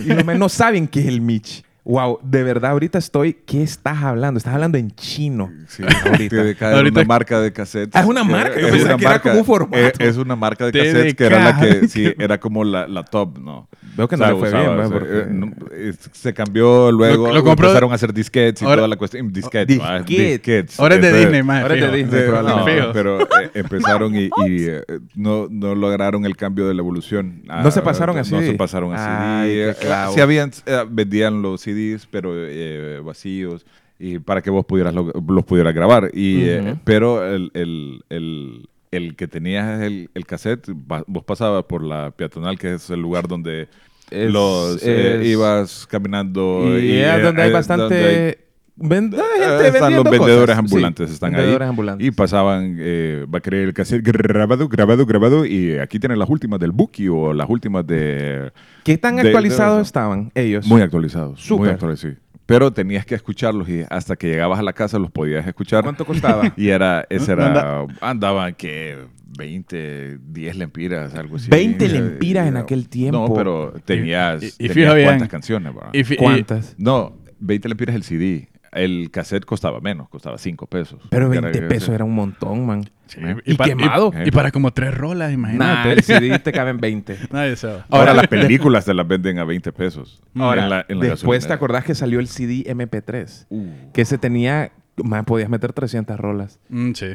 S1: y los menos no saben qué es el Mitch. Wow, de verdad, ahorita estoy. ¿Qué estás hablando? Estás hablando en chino.
S3: Sí, ahorita. TDK era
S2: Ahorita-
S3: una marca de cassettes. Eh,
S1: Ah, es una marca, yo
S3: es
S1: pensaba
S3: una Eh,
S1: que era como un formato.
S3: Es, es una marca de cassettes
S2: TDK.
S3: que era la que... Sí, era como la, la top, ¿no?
S1: Veo que no
S3: Sabe,
S1: le fue
S3: usaba,
S1: bien, va,
S3: o sea,
S1: porque-
S3: eh, no, eh, se cambió luego,
S2: Lo- lo compró-
S3: empezaron a hacer disquets y
S2: Ahora-
S3: toda la cuestión. Disquets, va,
S1: disquets.
S3: disquets.
S2: Ahora es de
S3: Entonces,
S2: Disney, más.
S1: ahora es de
S3: Sí,
S1: Disney.
S3: no,
S1: probablemente.
S2: Feos.
S3: pero eh, empezaron y, y, eh, no, no lograron el cambio de la evolución. Ah,
S1: No se pasaron a
S3: No
S1: CD.
S3: se pasaron a
S1: Ay,
S3: CD.
S1: qué
S3: Eh,
S1: clavo.
S3: sí habían, eh, vendían los CDs, pero eh, vacíos, y para que vos pudieras lo- los pudieras grabar. Y, eh,
S1: Ujú.
S3: pero el, el- el- el que tenías el, el cassette, va- vos pasabas por la peatonal, que es el lugar donde
S1: Es-
S3: los eh,
S1: es-
S3: ibas caminando.
S1: Y es
S3: eh,
S1: donde hay
S3: eh,
S1: bastante...
S3: donde hay-
S1: ven- gente
S3: eh, están los
S1: vendiendo
S3: vendedores
S1: cosas.
S3: ambulantes,
S1: Sí,
S3: están ahí.
S1: vendedores ambulantes.
S3: Y pasaban, eh, va a creer el cassette grabado, grabado, grabado. Y aquí tienen las últimas del Buki o las últimas de.
S1: ¿Qué tan
S3: de- de
S1: actualizados
S3: eso.
S1: estaban ellos?
S3: Muy actualizados. Muy
S1: Súper.
S3: actualizados, sí. Pero tenías que escucharlos y hasta que llegabas a la casa los podías escuchar.
S1: ¿Cuánto costaba?
S3: Y era, ese
S2: Anda-
S3: era, andaban que 20, 10 lempiras, algo así.
S1: 20
S3: Eh,
S1: lempiras en aquel tiempo.
S3: No, pero tenías,
S2: Y- y- y
S3: tenías
S2: fija bien.
S3: cuántas canciones, ¿verdad?
S2: Y fi- y-
S1: ¿Cuántas?
S3: No, 20 lempiras el CD. El cassette costaba menos, costaba 5 pesos.
S1: Pero
S3: Era-
S1: 20 pesos era un montón, man.
S2: sí,
S1: Y
S2: pa-
S1: quemado.
S2: Y, para como tres rolas,
S1: Nah,
S2: imagínate.
S1: el CD te caben 20.
S2: Nadie sabe.
S3: Ahora, las películas te las venden a 20 pesos.
S1: Mm.
S2: Ahora,
S3: en la, en la
S1: Después te
S3: gasolinera.
S1: acordás que salió el CD MP3,
S3: Uh.
S1: que se tenía, man, podías meter 300 rolas.
S2: Mm, sí.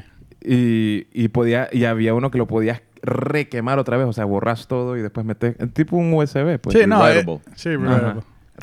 S1: Y, y podía, y había uno que lo podías requemar otra vez, o sea, borras todo y después metes, tipo un USB, pues.
S2: sí, no. eh,
S3: rewritable.
S2: sí,
S1: Ajá.
S2: rewritable.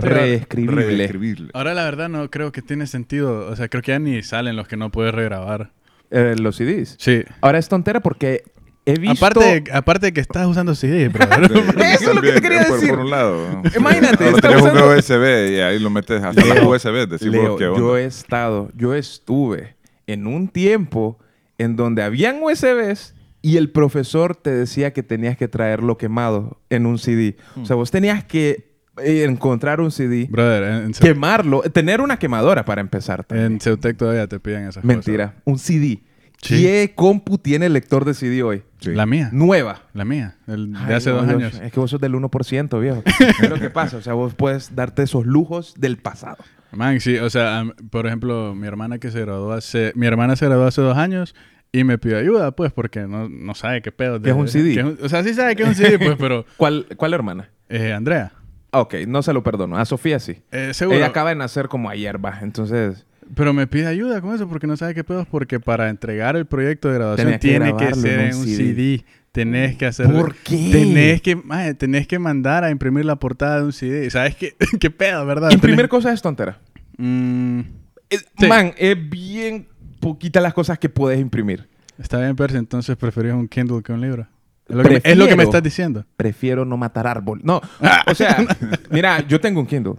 S1: Reescribible.
S3: Reescribirle.
S1: Ah,
S2: Ahora la verdad no creo que tiene sentido. O sea, creo que ya ni salen los que no puedes regrabar.
S1: Eh, los CDs.
S2: Sí.
S1: Ahora es tontera porque he visto...
S2: Aparte, aparte de que estás usando CD, brother.
S1: Eso es lo que te quería
S3: por,
S1: decir.
S3: Por un lado.
S1: Imagínate,
S3: Ahora
S1: está
S3: tenés un
S1: usando-
S3: USB y ahí lo metes hasta
S1: Leo,
S3: los USB. Decimos
S1: Leo,
S3: que
S1: yo he estado, yo estuve en un tiempo en donde habían USBs y el profesor te decía que tenías que traerlo quemado en un CD. O
S2: Hmm.
S1: sea, vos tenías que eh, encontrar un CD,
S2: brother, en, en Ceu-
S1: quemarlo, tener una quemadora para empezar. también.
S2: en Ceutec todavía te piden esas
S1: Mentira, un CD.
S2: Sí.
S1: ¿Qué compu tiene el lector de CD hoy?
S2: cosas. La mía.
S1: Nueva.
S2: La mía. El de
S1: Ay,
S2: hace
S1: no,
S2: dos
S1: Dios,
S2: años.
S1: Es que vos sos del 1%, viejo. es lo que pasa. O sea, vos puedes darte esos lujos del pasado.
S2: Man, sí, o sea, am- por ejemplo, mi hermana que se graduó hace, mi hermana se graduó hace dos años y me pidió ayuda, pues, porque no, no sabe qué pedo.
S1: ¿Qué es un CD?
S2: que es un- o sea, sí sabe que es un CD, pues, pero
S1: ¿Cuál, cuál hermana?
S2: eh, Andrea,
S1: Ah, Ok, no se lo perdono. A Sofía sí.
S2: eh, seguro.
S1: Ella acaba de nacer como ayer, va. Entonces,
S2: Pero me pide ayuda con eso porque no sabe qué pedo, porque para entregar el proyecto de graduación
S1: Tenía que
S2: tiene que
S1: grabarlo
S2: ser
S1: en
S2: en
S1: un
S2: un
S1: CD.
S2: CD. Tenés que hacer.
S1: ¿Por qué?
S2: Tenés que, mae, tenés que mandar a imprimir la portada de un CD. ¿Sabes qué? ¿Qué pedo, verdad?
S1: imprimir
S2: Tenés-
S1: cosas es tontera.
S2: Mm,
S1: Es-
S2: Sí.
S1: Eh, Man, es bien poquita las cosas que puedes imprimir.
S2: está bien, Percy, entonces preferís un Kindle que un libro. Es lo que, me- es lo que me
S1: Prefiero-
S2: estás diciendo.
S1: Prefiero no matar árbol. No, o sea, mira, yo tengo un Kindle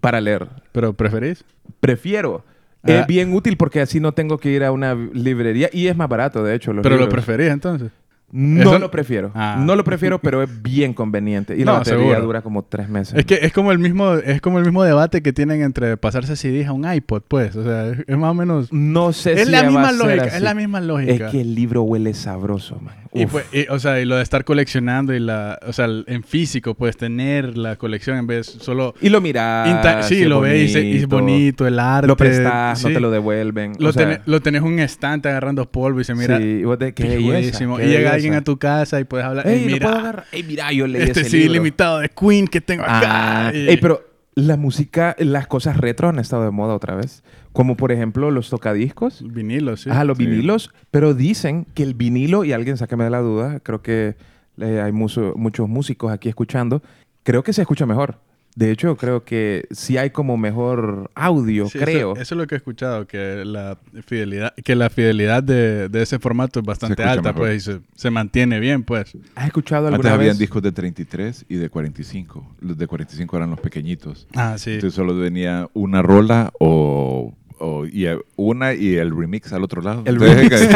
S1: para leer.
S2: ¿Pero preferís?
S1: Prefiero.
S2: Ah.
S1: Es bien útil porque así no tengo que ir a una librería y es más barato, de hecho. Los
S2: ¿Pero lo
S1: libros.
S2: preferís entonces?
S1: No
S2: Eso-
S1: lo prefiero.
S2: Ah.
S1: No lo prefiero, pero es bien conveniente. Y
S2: No,
S1: la batería
S2: seguro.
S1: dura como tres meses.
S2: Es que es como el mismo es como el mismo debate que tienen entre pasarse CDs a un iPod, pues. O sea, es es más o menos...
S1: no sé
S2: Es
S1: si
S2: la
S1: va a
S2: misma
S1: ser
S2: lógica,
S1: así.
S2: es la misma lógica.
S1: Es que el libro huele sabroso, man.
S2: Y
S1: Uf.
S2: pues, y, o sea, y lo de estar coleccionando y la, o sea, el- en físico, pues tener la colección en vez solo...
S1: Y lo miras.
S2: inta- sí,
S1: es
S2: lo ves y se- y es bonito, el arte.
S1: Lo prestas,
S2: sí.
S1: no te lo devuelven.
S2: Lo,
S1: o sea,
S2: tené- lo tenés un estante agarrando polvo y se mira...
S1: sí, y vos de- qué
S2: qué
S1: belleza,
S2: buenísimo.
S1: qué
S2: y llega
S1: belleza.
S2: alguien a tu casa y puedes hablar...
S1: Ey,
S2: "Ey,
S1: ¿lo
S2: mira,
S1: puedo agarrar? Ey, mira, yo leí
S2: este
S1: ese
S2: sí
S1: libro.
S2: limitado de Queen que tengo acá.
S1: Ah,
S2: y-
S1: ey, pero la música, las cosas retro han estado de moda otra vez. Como por ejemplo los tocadiscos.
S2: Vinilos, sí.
S1: Ajá, los
S3: sí.
S1: vinilos. Pero dicen que el vinilo, y alguien sáqueme de la duda, creo que eh, hay muso- muchos músicos aquí escuchando, creo que se escucha mejor. De hecho, creo que sí hay como mejor audio,
S2: Sí, eso-
S1: creo.
S2: Eso, es lo que he escuchado, que la fidelidad, que la fidelidad de, de ese formato es bastante
S3: escucha
S2: alta,
S3: mejor.
S2: pues, y se, se mantiene bien, pues.
S1: ¿Has escuchado
S3: Antes
S1: alguna
S3: habían
S1: vez?
S3: discos de 33 y de 45. Los de 45 eran los pequeñitos.
S2: Ah, sí.
S3: Entonces solo venía una rola o, o- y eh, una y el remix al otro lado.
S1: El
S3: Entonces,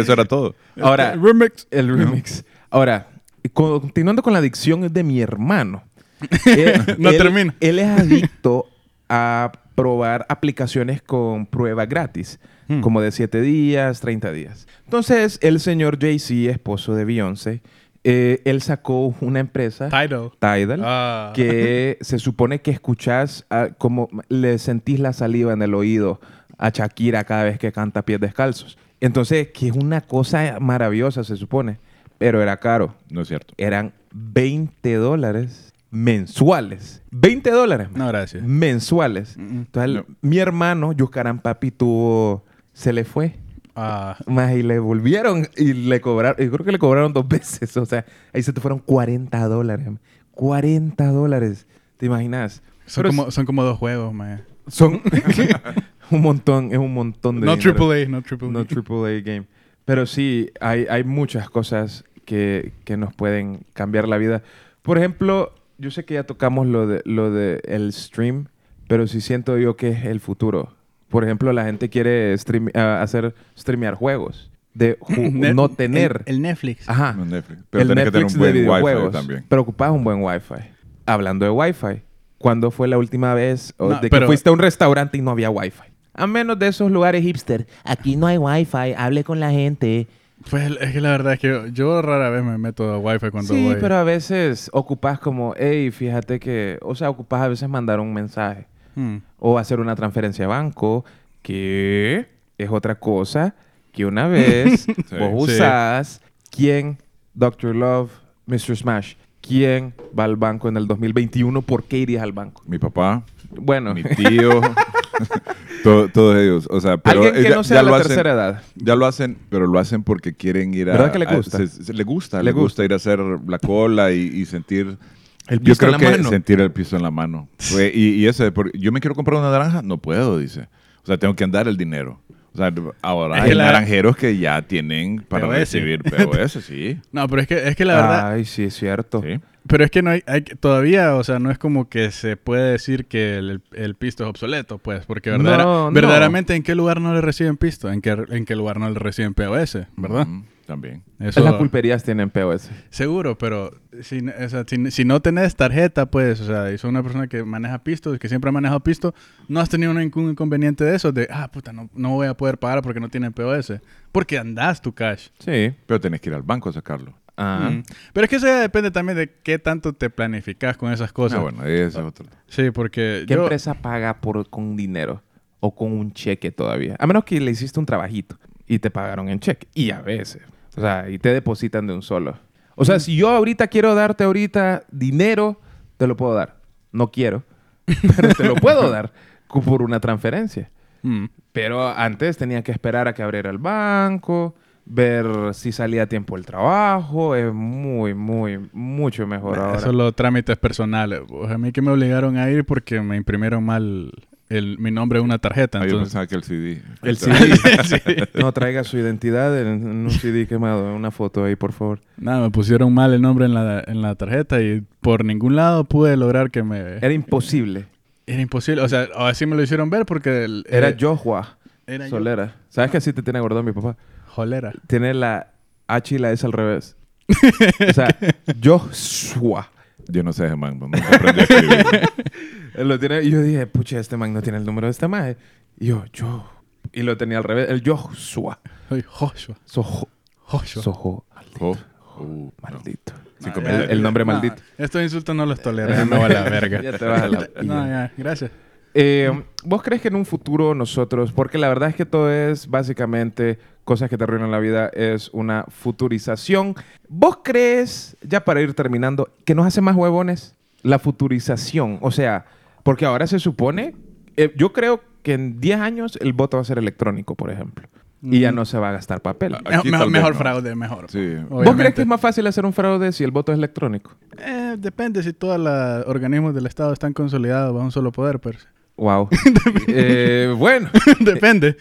S3: eso era todo.
S2: Este,
S1: Ahora,
S2: Eh, remix.
S1: el remix. Ahora, co- continuando con la adicción de mi hermano. Él-
S2: No
S1: él-
S2: termina.
S1: Él es adicto a probar aplicaciones con prueba gratis,
S2: Hmm.
S1: como de 7 días, 30 días. Entonces, el señor Jay-Z, esposo de Beyoncé, eh, él sacó una empresa,
S2: Tidal.
S1: Tidal,
S2: Ah.
S1: que se supone que escuchás ah, como le sentís la saliva en el oído a Shakira cada vez que canta pies descalzos. Entonces, que es una cosa maravillosa, se supone. Pero era caro.
S3: No es cierto.
S1: Eran 20 dólares mensuales. 20 dólares. man.
S2: No, gracias.
S1: Mensuales.
S2: Mm-mm.
S1: Entonces,
S2: No.
S1: mi hermano, Yuscarán Papi, tuvo. Se le fue.
S2: Ah,
S1: Más y le volvieron y le cobraron. Yo creo que le cobraron dos veces. O sea, ahí se te fueron 40 dólares. man. 40 dólares. ¿Te imaginas?
S2: son,
S1: Pero
S2: como, son como dos juegos, man.
S1: Son un montón, es un montón de
S2: No
S1: dinero.
S2: triple A, no triple A.
S1: No AAA game. Pero sí, hay, hay muchas cosas que, que nos pueden cambiar la vida. Por ejemplo, yo sé que ya tocamos lo de lo de el stream, pero sí siento yo que es el futuro. Por ejemplo, la gente quiere streame- ah, hacer streamear juegos de ju-
S2: Ne-
S1: no tener.
S2: El, el Netflix.
S1: Ajá.
S3: No, Netflix. Pero
S1: el
S3: tenés
S1: Netflix de
S3: que tener un buen Wi-Fi
S1: videojuegos.
S3: también.
S1: Pero ocupas un buen Wi-Fi. Hablando de Wi-Fi, ¿cuándo fue la última vez o
S2: No,
S1: de que
S2: pero-
S1: fuiste a un restaurante y no había Wi-Fi?
S5: A menos de esos lugares hipster. Aquí no hay wifi, hable con la gente.
S2: Pues es que la verdad es que yo, yo rara vez me meto a Wi-Fi cuando
S1: sí,
S2: voy.
S1: pero a veces ocupas como, hey, fíjate que, o sea, ocupas a veces mandar un mensaje
S2: Hmm.
S1: o hacer una transferencia a banco, que es otra cosa que una vez vos
S2: Sí.
S1: usás quién, Doctor Love, Mr. Smash, quién va al banco en el 2021, ¿por qué irías al banco?
S3: Mi papá,
S1: Bueno,
S3: mi tío, to- todos ellos. O sea, pero
S1: alguien que
S3: ya-
S1: no
S3: ya
S1: sea de
S3: lo
S1: la
S3: hacen-
S1: tercera edad.
S3: Ya lo hacen, pero lo hacen porque quieren ir a...
S1: ¿Verdad que le
S3: a-
S1: gusta?
S3: se- se- le gusta,
S1: Le
S3: le, gusta. ir a hacer la cola y, y sentir...
S1: El
S3: yo creo que sentir el piso en la mano. Fue- Y, y eso de por- yo me quiero comprar una naranja, no puedo, dice. O sea, tengo que andar el dinero. O sea, ahora
S2: Es
S3: hay
S2: que la-
S3: naranjeros que ya tienen para
S2: POS.
S3: recibir POS, sí.
S2: No, pero es que, es que la verdad,
S1: Ay, sí, es cierto.
S3: sí.
S2: Pero es que no hay, hay que- todavía, o sea, no es como que se puede decir que el, el pisto es obsoleto, pues, porque verdadera-
S1: No, no.
S2: verdaderamente en qué lugar no le reciben pisto, en qué, en qué lugar no le reciben POS, ¿verdad?
S3: Ujú, también.
S2: Eso
S1: Las pulperías tienen POS.
S2: seguro, pero si, o sea, si, si no tenés tarjeta, pues, o sea, y sos una persona que maneja pisto, que siempre ha manejado pisto, no has tenido ningún inconveniente de eso, de, ah, puta, no, no voy a poder pagar porque no tienen POS, porque andás tu cash.
S1: Sí.
S3: Pero tenés que ir al banco a sacarlo.
S1: Ah.
S2: Mm. Pero es que eso ya depende también de qué tanto te planificas con esas cosas.
S3: Ah, bueno, ese es otro.
S2: Sí, porque
S1: ¿Qué
S2: yo-
S1: empresa paga por, con dinero o con un cheque todavía? A menos que le hiciste un trabajito y te pagaron en cheque. Y a veces. O sea, y te depositan de un solo. O sea, si yo ahorita quiero darte ahorita dinero, te lo puedo dar. No quiero, pero te lo puedo dar cu- por una transferencia.
S2: Mm.
S1: Pero antes tenía que esperar a que abriera el banco, ver si salía a tiempo el trabajo. Es muy, muy, mucho mejor ahora.
S2: Solo trámites personales. pues, a mí que me obligaron a ir porque me imprimieron mal el, mi nombre en una tarjeta.
S3: Ah, yo
S2: Entonces,
S3: pensaba que el CD.
S1: El
S3: Entonces,
S1: CD. No traiga su identidad en, en un CD quemado, en una foto ahí, por favor.
S2: nada, me pusieron mal el nombre en la, en la tarjeta y por ningún lado pude lograr que me... Era,
S1: Era imposible.
S2: imposible. O sea, o así me lo hicieron ver porque... el-
S1: Era
S2: eh,
S1: Joshua
S2: Era yo.
S1: Solera. ¿Sabes que así te tiene gordo mi papá?
S2: Jolera.
S1: Tiene la H y la S al revés. O sea, Joshua.
S3: Yo no sé, Germán. no- Nunca aprendí a escribir.
S1: Él lo tiene, y yo dije, pucha, este man no tiene el número de esta madre. Y yo, yo. Y lo tenía al revés. El Joshua.
S2: Soy Joshua.
S1: Sojo.
S2: Joshua.
S1: Sojo.
S3: Oh, uh, no.
S1: Maldito.
S3: Sí,
S2: Nah,
S3: como
S2: ya-
S3: el- el
S1: nombre
S2: nah,
S1: maldito.
S2: Estos insultos Ah. no los tolero. ya me va a la verga.
S1: Ya te vas a la
S2: No, ya. Gracias.
S1: Eh, ¿Vos crees que en un futuro nosotros, porque la verdad es que todo es básicamente cosas que te arruinan la vida, es una futurización? ¿Vos crees, ya para ir terminando, que nos hace más huevones la futurización? O sea, porque ahora se supone, eh, yo creo que en 10 años el voto va a ser electrónico, por ejemplo, y ya
S2: Mm.
S1: no se va a gastar papel.
S3: Ah,
S2: Mejor,
S3: Aquí
S2: mejor,
S3: tal vez no.
S2: fraude, mejor.
S3: Sí.
S1: ¿Vos crees que
S2: Obviamente.
S1: es más fácil hacer un fraude si el voto es electrónico?
S2: Eh, depende si todos los organismos del Estado están consolidados bajo un solo poder, pues. pero
S1: Wow. Eh, bueno.
S2: depende.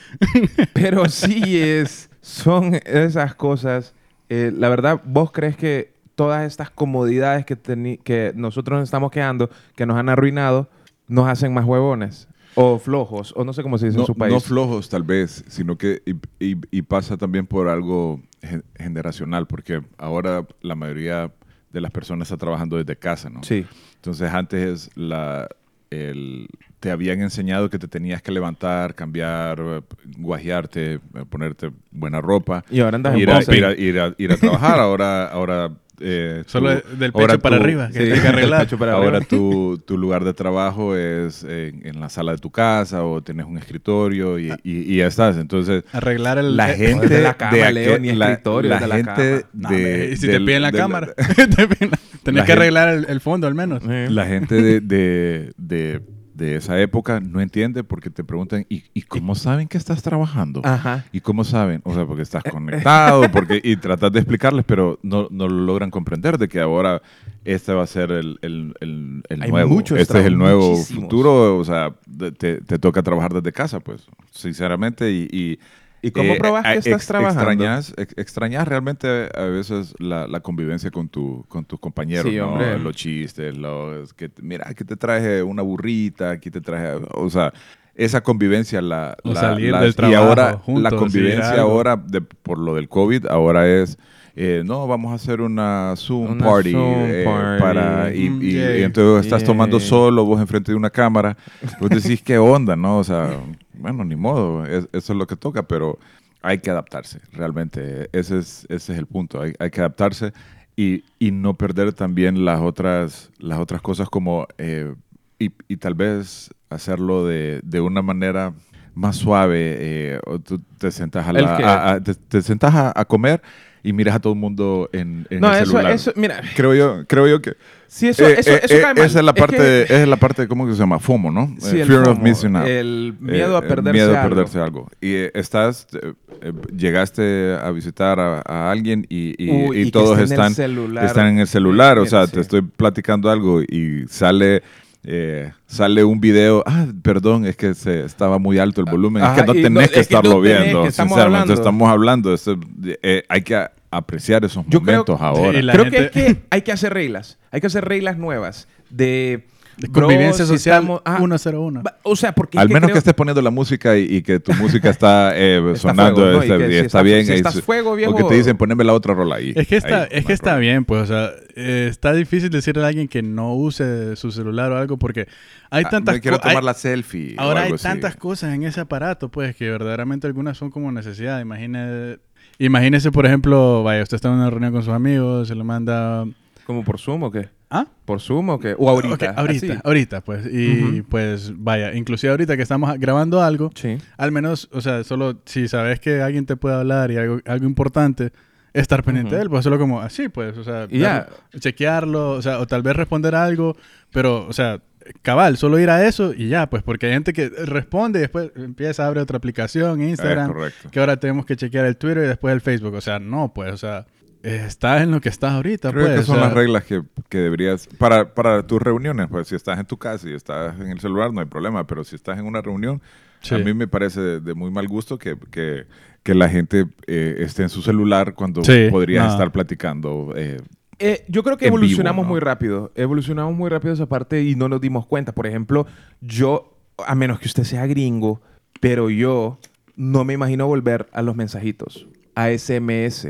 S1: Pero sí es, son esas cosas. Eh, la verdad, ¿vos crees que todas estas comodidades que, teni- que nosotros nos estamos quedando, que nos han arruinado, nos hacen más huevones? O flojos, o no sé cómo se dice
S3: No,
S1: en su país.
S3: no flojos, tal vez, sino que. Y, y- y pasa también por algo gen- generacional, porque ahora la mayoría de las personas está trabajando desde casa, ¿no?
S1: sí.
S3: Entonces antes la, el- te habían enseñado que te tenías que levantar, cambiar, eh, guajearte, eh, ponerte buena ropa,
S1: Y ahora andas en
S3: ir a,
S1: boxer.
S3: ir a- ir a- ir a trabajar. ahora, ahora eh,
S2: Solo
S3: tu-
S2: del pecho
S3: ahora
S2: para
S3: tu-
S2: arriba, que
S1: sí.
S2: hay que arreglar.
S1: El pecho para
S3: Ahora
S1: arriba.
S3: tu, tu lugar de trabajo es en, en la sala de tu casa o tienes un escritorio y, y- y ya estás. Entonces,
S2: Arreglar el...
S3: la
S2: eh,
S3: Ah, gente
S1: desde la cama,
S3: aquel-
S1: Leo, ni
S3: la-
S1: escritorio,
S3: la
S1: desde la
S3: gente
S1: cama.
S2: No,
S3: de-
S2: hombre, y si te
S3: del-
S2: piden la
S3: del-
S2: cámara. te piden la- Tenés
S3: La
S2: que
S3: gente- Eh,
S2: arreglar el, el fondo al menos.
S3: La gente de, de- de- de esa época no entiende porque te preguntan, ¿y, y cómo saben que estás trabajando?
S5: Ajá.
S3: ¿Y cómo saben? O sea, porque estás conectado porque, y tratas de explicarles, pero no, no lo logran comprender de que ahora este va a ser el, el- el- el
S1: Hay
S3: nuevo.
S1: muchos
S3: este es el
S1: trabajos,
S3: nuevo
S1: muchísimos.
S3: futuro. O sea, de- te, te toca trabajar desde casa, pues, sinceramente. Y, y,
S1: ¿Y cómo
S3: eh,
S1: probás
S3: a-
S1: que estás
S3: ex-
S1: trabajando?
S3: Extrañas, ex- extrañas realmente a veces la, la convivencia con, tu, con tus compañeros,
S1: Sí,
S3: ¿no?
S1: hombre.
S3: los chistes, los que te- mira, aquí te traje una burrita, aquí te traje, o sea, esa convivencia la,
S2: O
S3: la-
S2: salir
S3: la-
S2: del
S3: y
S2: trabajo
S3: ahora
S2: juntos,
S3: la
S2: sí,
S3: convivencia
S2: algo.
S3: ahora de- por lo del COVID ahora es eh, no, vamos a hacer una Zoom
S1: Una
S3: party,
S1: Zoom
S3: eh,
S1: party.
S3: para y,
S2: Mm,
S3: y-
S2: yay.
S3: y entonces estás tomando
S1: Yay.
S3: solo vos enfrente de una cámara, vos decís qué onda, ¿no? O sea, bueno, ni modo, es- eso es lo que toca, pero hay que adaptarse, realmente. Ese es, ese es el punto. Hay, hay que adaptarse y, y no perder también las otras, las otras cosas como... eh, y, y tal vez hacerlo de, de una manera más suave. eh, o tú te sentas a,
S1: El
S3: la-
S1: que-
S3: a- a- te, te sentas a, a comer y miras a todo el mundo en, en
S1: No,
S3: el
S1: eso,
S3: celular.
S1: eso, mira,
S3: Creo yo, creo yo que...
S1: sí, eso,
S3: eh,
S1: eso,
S3: eh,
S1: eso
S3: eh,
S1: cae mal.
S3: Esa es la
S1: que-
S3: parte, de- esa es la parte, ¿cómo que se llama? FOMO, ¿no?
S1: sí,
S3: Eh,
S1: el
S3: Fear of
S1: FOMO,
S3: missing out.
S1: El miedo a
S3: Eh, eh,
S1: perderse
S3: miedo a
S1: algo.
S3: perderse algo. Y eh, estás, eh, eh, llegaste a visitar a, a alguien y, y-
S1: Uy,
S3: y
S1: que
S3: todos
S1: esté en el
S3: están,
S1: celular.
S3: están en el celular. O sea,
S1: Sí.
S3: te estoy platicando algo y sale... eh, sale un video, ah, perdón, es que se estaba muy alto el volumen,
S1: Ajá,
S3: es que no
S1: y
S3: tenés
S1: no- es
S3: que
S1: que
S3: estarlo
S1: no tenés que,
S3: viendo,
S1: estamos
S3: sinceramente,
S1: hablando.
S3: estamos hablando, esto, eh, hay que a- apreciar esos
S1: Yo creo-
S3: momentos
S1: Sí,
S3: ahora.
S2: y la
S1: Creo
S2: gente-
S1: que es que hay que hacer reglas. Hay que hacer reglas nuevas de...
S2: De
S1: bro,
S2: convivencia
S1: si
S2: social
S1: estamos- ah,
S2: 101.
S1: va- O sea, porque... es
S3: Al menos
S1: creo-
S3: que estés poniendo la música y, y que tu música está, eh,
S1: Está
S3: sonando,
S1: fuego, ¿no? Y
S3: está,
S1: que
S3: y
S1: si
S3: está
S1: está-
S3: bien.
S1: si
S3: ahí
S1: estás
S3: su-
S1: fuego,
S3: O
S1: viejo.
S3: que te dicen, poneme la otra rola ahí.
S2: Es que está,
S3: Ahí,
S2: es
S3: no
S2: que
S3: hay
S2: está
S3: problema.
S2: bien, pues, o sea, eh, está difícil decirle a alguien que no use su celular o algo porque hay
S3: Ah,
S2: tantas
S3: me quiero
S2: co- hay-
S3: tomar la selfie. o
S2: Ahora hay
S3: algo así.
S2: tantas cosas en ese aparato, pues, que verdaderamente algunas son como necesidad. Imagine, imagínese, por ejemplo, vaya, usted está en una reunión con sus amigos, se le manda...
S1: ¿Como por Zoom o qué?
S2: ¿Ah?
S1: ¿Por Zoom o qué? O ahorita. Ah,
S2: Ok, ahorita,
S1: así.
S2: ahorita, pues. Y
S1: Ujú.
S2: pues, vaya, inclusive ahorita que estamos grabando algo,
S1: Sí.
S2: al menos, o sea, solo si sabes que alguien te puede hablar y algo, algo importante, estar pendiente
S1: Ujú.
S2: de él, pues solo como así, pues, o sea,
S1: Y ya.
S2: verlo, chequearlo, o sea, o tal vez responder algo, pero, o sea, cabal, solo ir a eso y ya, pues, porque hay gente que responde y después empieza a abrir otra aplicación,
S3: Es
S2: Instagram,
S3: correcto.
S2: que ahora tenemos que chequear el Twitter y después el Facebook, o sea, no, pues, o sea, eh, estás en lo que estás ahorita,
S3: Creo
S2: pues.
S3: que
S2: o
S3: son
S2: sea,
S3: las reglas que, que deberías. Para, para tus reuniones, pues si estás en tu casa y estás en el celular, no hay problema. Pero si estás en una reunión,
S2: Sí.
S3: a mí me parece de, de muy mal gusto que, que, que la gente eh, esté en su celular cuando
S2: Sí,
S3: podrías
S2: no.
S3: estar platicando. eh,
S1: Eh, yo creo que
S3: En vivo,
S1: evolucionamos
S3: ¿no?
S1: muy rápido. Evolucionamos muy rápido esa parte y no nos dimos cuenta. Por ejemplo, yo, a menos que usted sea gringo, pero yo no me imagino volver a los mensajitos, a SMS.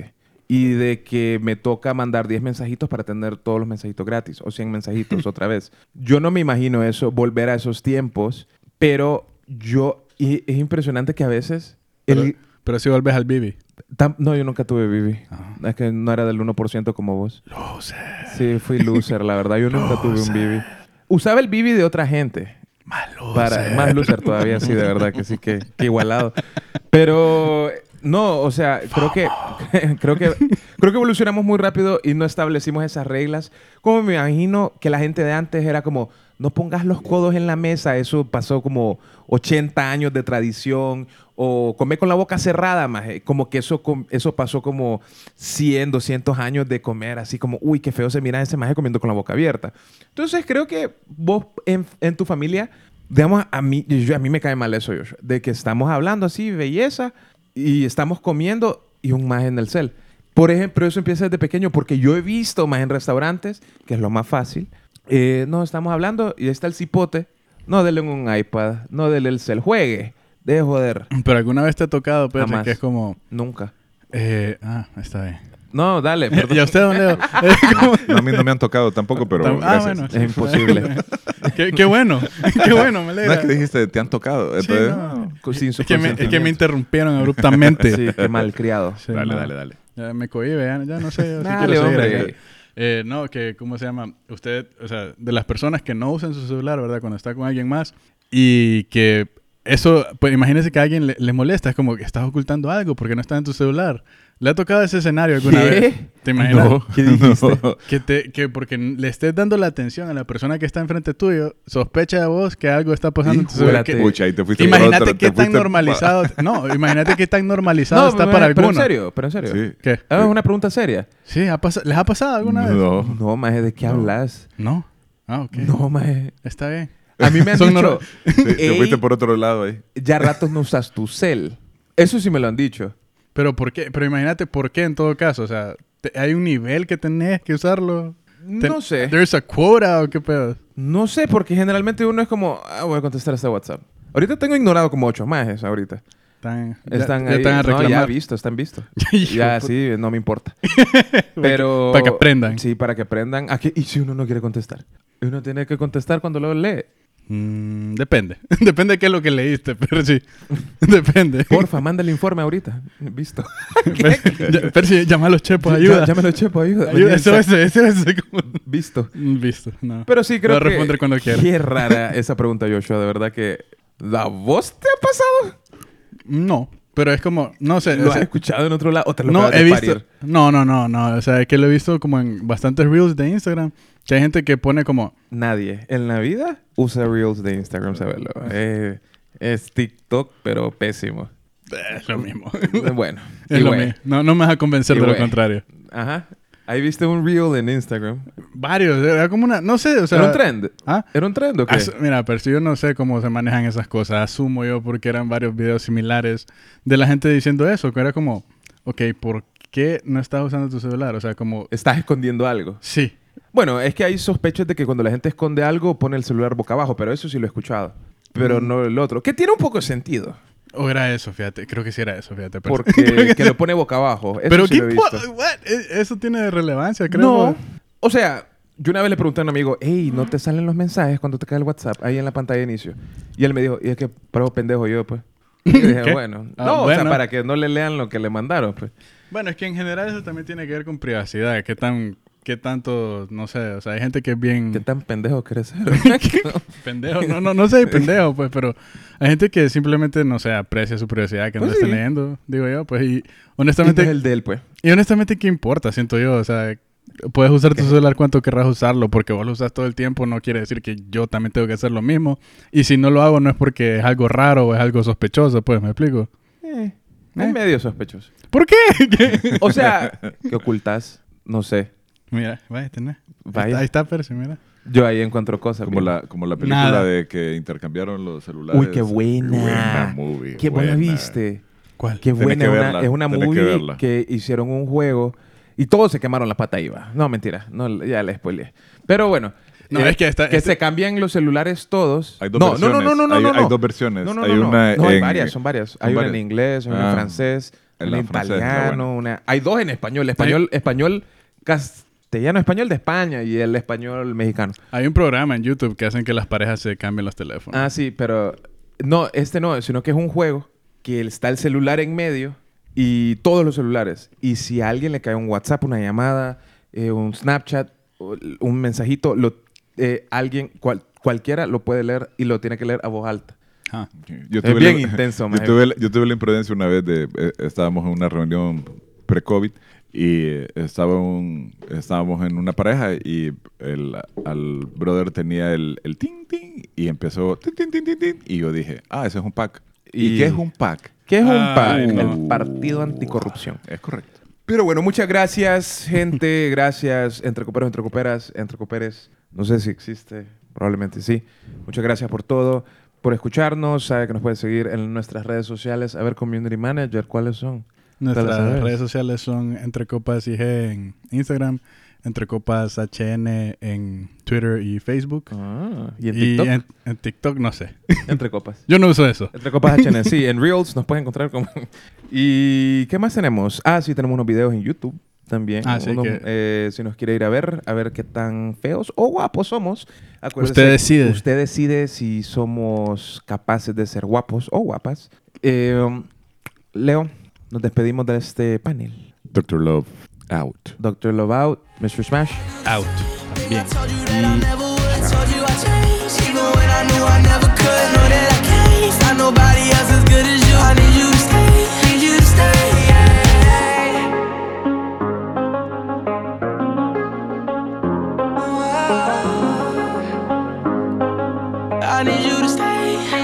S1: Y de que me toca mandar 10 mensajitos para tener todos los mensajitos gratis, o 100 mensajitos otra vez. Yo no me imagino eso, volver a esos tiempos, pero yo, y es impresionante que a veces...
S2: Pero,
S1: el-
S2: pero si volves al Bibi.
S1: tam- no, yo nunca tuve Vivi. Es que no era del 1% como vos. Sí, fui loser, la verdad. Yo nunca tuve un Bibi. Usaba el Bibi de otra gente.
S2: Malo.
S1: Para, más loser todavía, sí, de verdad que sí, que, que igualado. Pero no, o sea, creo que, creo que creo que evolucionamos muy rápido y no establecimos esas reglas. Como me imagino que la gente de antes era como, no pongas los codos en la mesa, eso pasó como 80 años de tradición, o comer con la boca cerrada, más eh, como que eso, com- eso pasó como 100, 200 años de comer, así como, uy, qué feo se mira ese maje comiendo con la boca abierta. Entonces creo que vos en, en tu familia, digamos, a mí, yo- a mí me cae mal eso, Joshua, de que estamos hablando así, belleza, y estamos comiendo y un más en el cel. Por ejemplo, eso empieza desde pequeño porque yo he visto más en restaurantes, que es lo más fácil. Eh, no, estamos hablando y ahí está el cipote. No, dele un iPad, no, dele el cel, juegue. Deje joder,
S2: Pero alguna vez te ha tocado, Pedro,
S1: Jamás.
S2: que es como...
S1: nunca.
S2: Eh, ah, está bien.
S1: No, dale, perdón.
S2: ¿Y a usted, don Leo? Eh, ¿cómo?
S3: no, a mí no me han tocado tampoco, pero.
S2: Tam- ah,
S3: gracias.
S2: bueno.
S1: Es imposible.
S2: qué, qué bueno. Qué bueno, me
S3: No
S2: alegra.
S3: es que dijiste, te han tocado. eh,
S2: Sí,
S3: Entonces,
S2: no.
S1: Sin su
S2: Es que me, es que me
S1: consentimiento.
S2: interrumpieron abruptamente.
S1: Sí, qué malcriado.
S2: Sí,
S3: Dale,
S2: no.
S3: dale, dale.
S2: Ya me cohíbe, ya, ya no sé. yo sí
S1: Dale,
S2: quiero seguir
S1: hombre.
S2: acá. Eh, no, que, ¿cómo se llama? Usted, o sea, de las personas que no usan su celular, ¿verdad? Cuando está con alguien más y que eso, pues imagínense que a alguien le, le molesta, es como que estás ocultando algo porque no está en tu celular. ¿Le ha tocado ese escenario alguna
S1: ¿Qué?
S2: vez? ¿Te imaginas?
S3: No,
S1: ¿Qué dijiste?
S3: no.
S2: Que, te, que porque le estés dando la atención a la persona que está enfrente tuyo, sospecha de vos que algo está pasando. Entonces,
S1: Híjole,
S2: que-
S1: te-
S3: Pucha, ahí te fuiste por
S2: imagínate
S3: otra,
S2: qué tan
S3: te fuiste pa-
S2: normalizado. No, imagínate qué tan normalizado está
S1: eh, pero-
S2: para
S1: pero
S2: algunos.
S1: en serio, pero en serio.
S3: Sí.
S2: ¿Qué?
S1: Ah, es una pregunta seria.
S2: Sí, ¿ha pasa- ¿les ha pasado alguna vez?
S3: No.
S1: No, maje, ¿de qué hablas?
S2: No. Ah, ok.
S1: No, maje.
S2: Está bien.
S1: A mí me han
S2: Son
S1: dicho,
S2: nor-
S3: Te, te
S1: "Ey,
S3: fuiste por otro lado ahí.
S1: ya ratos no usas tu cel. Eso sí me lo han dicho.
S2: Pero ¿por qué? Pero imagínate por qué en todo caso. O sea, te- ¿hay un nivel que tenés que usarlo? Ten-
S1: No sé.
S2: ¿There's a quota o qué pedo?
S1: No sé, porque generalmente uno es como, ah, voy a contestar este WhatsApp. Ahorita tengo ignorado como ocho majes ahorita.
S2: Están, ya-
S1: Están
S2: ya,
S1: ahí.
S2: están a
S1: No,
S2: reclamar.
S1: ya visto, están vistos.
S2: Hijo de
S1: ya,
S2: puta.
S1: sí, no me importa. Pero...
S2: Para que aprendan.
S1: Sí, para que aprendan. ¿A qué? ¿Y si uno no quiere contestar? Uno tiene que contestar cuando lo lee.
S2: Mm, depende. depende de qué es lo que leíste, pero sí. depende.
S1: Porfa, manda el informe ahorita. Visto.
S2: Ya- pero sí, llama a los chepos, Pues, ayuda.
S1: Ya, ya me lo chepo, ayuda.
S2: ayuda. Eso, eso, eso, eso, como-
S1: Visto.
S2: Mm, Visto, no.
S1: Pero sí, creo
S2: Lo voy a
S1: que...
S2: responder cuando quiera.
S1: Qué rara esa pregunta, Joshua. De verdad que... ¿La voz te ha pasado?
S2: No, pero es como, no sé.
S1: ¿Lo
S2: Eh, o
S1: has
S2: sea,
S1: escuchado en otro lado o te lo
S2: no,
S1: acabas
S2: he
S1: de
S2: visto.
S1: parir?
S2: No, no, no, no. O sea, es que lo he visto como en bastantes reels de Instagram. Que hay gente que pone como,
S1: Nadie en la vida usa Reels de Instagram, sabelo. Eh, es TikTok, pero pésimo.
S2: "Eh, es lo mismo.
S1: Bueno.
S2: es
S1: y
S2: lo
S1: bueno.
S2: mismo. No, no me vas a convencer
S1: Y
S2: de lo
S1: güey.
S2: contrario.
S1: Ajá. Ahí viste un Reel en Instagram.
S2: Varios, eh, era como una, no sé, o sea.
S1: ¿Era un trend?
S2: ¿Ah?
S1: ¿Era un trend o qué?
S2: Asu- Mira, pero si yo no sé cómo se manejan esas cosas, asumo yo porque eran varios videos similares de la gente diciendo eso, que era como, ok, ¿por qué no estás usando tu celular? O sea, como,
S1: Estás escondiendo algo.
S2: sí,
S1: Bueno, es que hay sospechas de que cuando la gente esconde algo pone el celular boca abajo, pero eso sí lo he escuchado.
S2: Mm.
S1: Pero no el otro. Que tiene un poco de sentido.
S2: o era eso, fíjate, creo que sí era eso, fíjate. pero- creo
S1: Porque
S2: que
S1: que lo pone boca abajo. Eso
S2: pero
S1: sí
S2: ¿qué
S1: lo he
S2: po-
S1: visto.
S2: what? E- Eso tiene relevancia, creo.
S1: No. O sea, yo una vez le pregunté a un amigo, hey, ¿no te salen los mensajes cuando te cae el WhatsApp ahí en la pantalla de inicio? Y él me dijo, y es que, pero pendejo yo, pues. Y yo dije,
S2: ¿Qué?
S1: bueno.
S2: Ah,
S1: no, o
S2: bueno.
S1: sea, para que no le lean lo que le mandaron, pues.
S2: Bueno, es que en general eso también tiene que ver con privacidad, qué tan, qué tanto, no sé, o sea, hay gente que es bien...
S1: ¿Qué tan pendejo quieres ser?
S2: Pendejo, no, no, no sé, pendejo, pues, pero hay gente que simplemente, no sé, aprecia su privacidad, que no
S1: Pues
S2: la
S1: sí.
S2: está leyendo, digo yo, pues, y
S1: Este
S2: honestamente,
S1: es el de él, pues.
S2: y honestamente, ¿qué importa? Siento yo, o sea, puedes usar tu celular cuanto querrás usarlo, porque vos lo usas todo el tiempo, no quiere decir que yo también tengo que hacer lo mismo, y si no lo hago no es porque es algo raro o es algo sospechoso, pues, ¿me explico?
S1: Eh,
S2: Eh.
S1: Es medio sospechoso.
S2: ¿Por qué? ¿Qué?
S1: O sea, ¿qué ocultas? No sé.
S2: mira, vaya, tenés.
S1: Vaya.
S2: Ahí está Percy, mira.
S1: Yo ahí encuentro cosas.
S3: Como
S1: mira.
S3: la, como la película
S2: Nada.
S3: de que intercambiaron los celulares.
S5: Uy, qué buena.
S3: Buena movie.
S5: Qué
S1: buena viste. Qué
S3: Tenés
S1: buena.
S3: que
S1: es una-
S3: verla,
S1: es una
S3: tenés que
S1: movie
S3: verla.
S1: que, hicieron un juego y todos se quemaron la pata ahí, va. No, mentira. No, ya la spoileé. Pero bueno. eh,
S2: No, es que esta- este-
S1: se cambian los celulares todos.
S3: Hay dos
S1: no,
S3: versiones.
S1: no, no, no, no,
S3: hay,
S1: no,
S3: Hay
S1: no.
S3: dos versiones.
S1: No, no,
S3: hay
S1: no, no.
S3: una
S1: No, hay
S3: en-
S1: varias, son varias.
S3: son
S1: Hay una en
S3: varias.
S1: inglés, una
S3: Ah.
S1: en francés,
S3: En
S1: una
S3: la
S1: en
S3: francesa es la
S1: italiano, una... Hay dos en español. Español, español, castellano, español de España y el español mexicano.
S2: Hay un programa en YouTube que hacen que las parejas se cambien los teléfonos.
S1: Ah, sí, pero no, este no, sino que es un juego que está el celular en medio y todos los celulares. Y si a alguien le cae un WhatsApp, una llamada, eh, un Snapchat, o l- un mensajito, lo, eh, alguien, cual- cualquiera lo puede leer y lo tiene que leer a voz alta.
S2: Ah.
S3: Yo
S1: Es bien
S3: la-
S1: intenso,
S3: yo
S1: maje.
S3: tuve, la- yo tuve la imprudencia una vez de... eh, estábamos en una reunión pre-COVID y eh, estaba un, estábamos en una pareja y el, al brother tenía el, el ting ting y empezó tin, tin, tin, tin, tin, y yo dije, ah, eso es un pack. ¿Y,
S1: Y-
S3: qué es un pack?
S1: ¿Qué es un
S2: Ay,
S1: PAN?
S2: no.
S1: El Partido Anticorrupción.
S3: Es correcto.
S1: Pero bueno, muchas gracias, gente. Gracias, entre coperos, entre coperas, entre coperes. No sé si existe, probablemente sí. Muchas gracias por todo, por escucharnos. Sabe que nos puede seguir en nuestras redes sociales. A ver, Community Manager, ¿cuáles son? Te las
S2: Nuestras
S1: sabes.
S2: redes sociales son Entre Copas IG en Instagram, Entre Copas HN en Twitter y Facebook.
S1: Ah, y en TikTok,
S2: en, en TikTok no sé.
S1: entre copas.
S2: Yo no uso eso.
S1: Entre copas HN, sí, en Reels nos pueden encontrar como... ¿Y qué más tenemos? Ah, sí, tenemos unos videos en YouTube también.
S2: Ah, sí,
S1: Unos,
S2: que-
S1: eh, si nos quiere ir a ver, a ver qué tan feos o guapos somos. Acuérdese,
S2: Usted decide.
S1: Usted decide si somos capaces de ser guapos o guapas. Eh, Leo, nos despedimos de este panel.
S3: Doctor Love, out.
S1: Dr. Love Out, Mr. Smash.
S2: Out. Bien.
S6: told you that I never would. Told you I changed, even when I knew I never could. Know that I can't find nobody else as good as you. I need you to stay, need you to stay. Yeah. I need you to stay.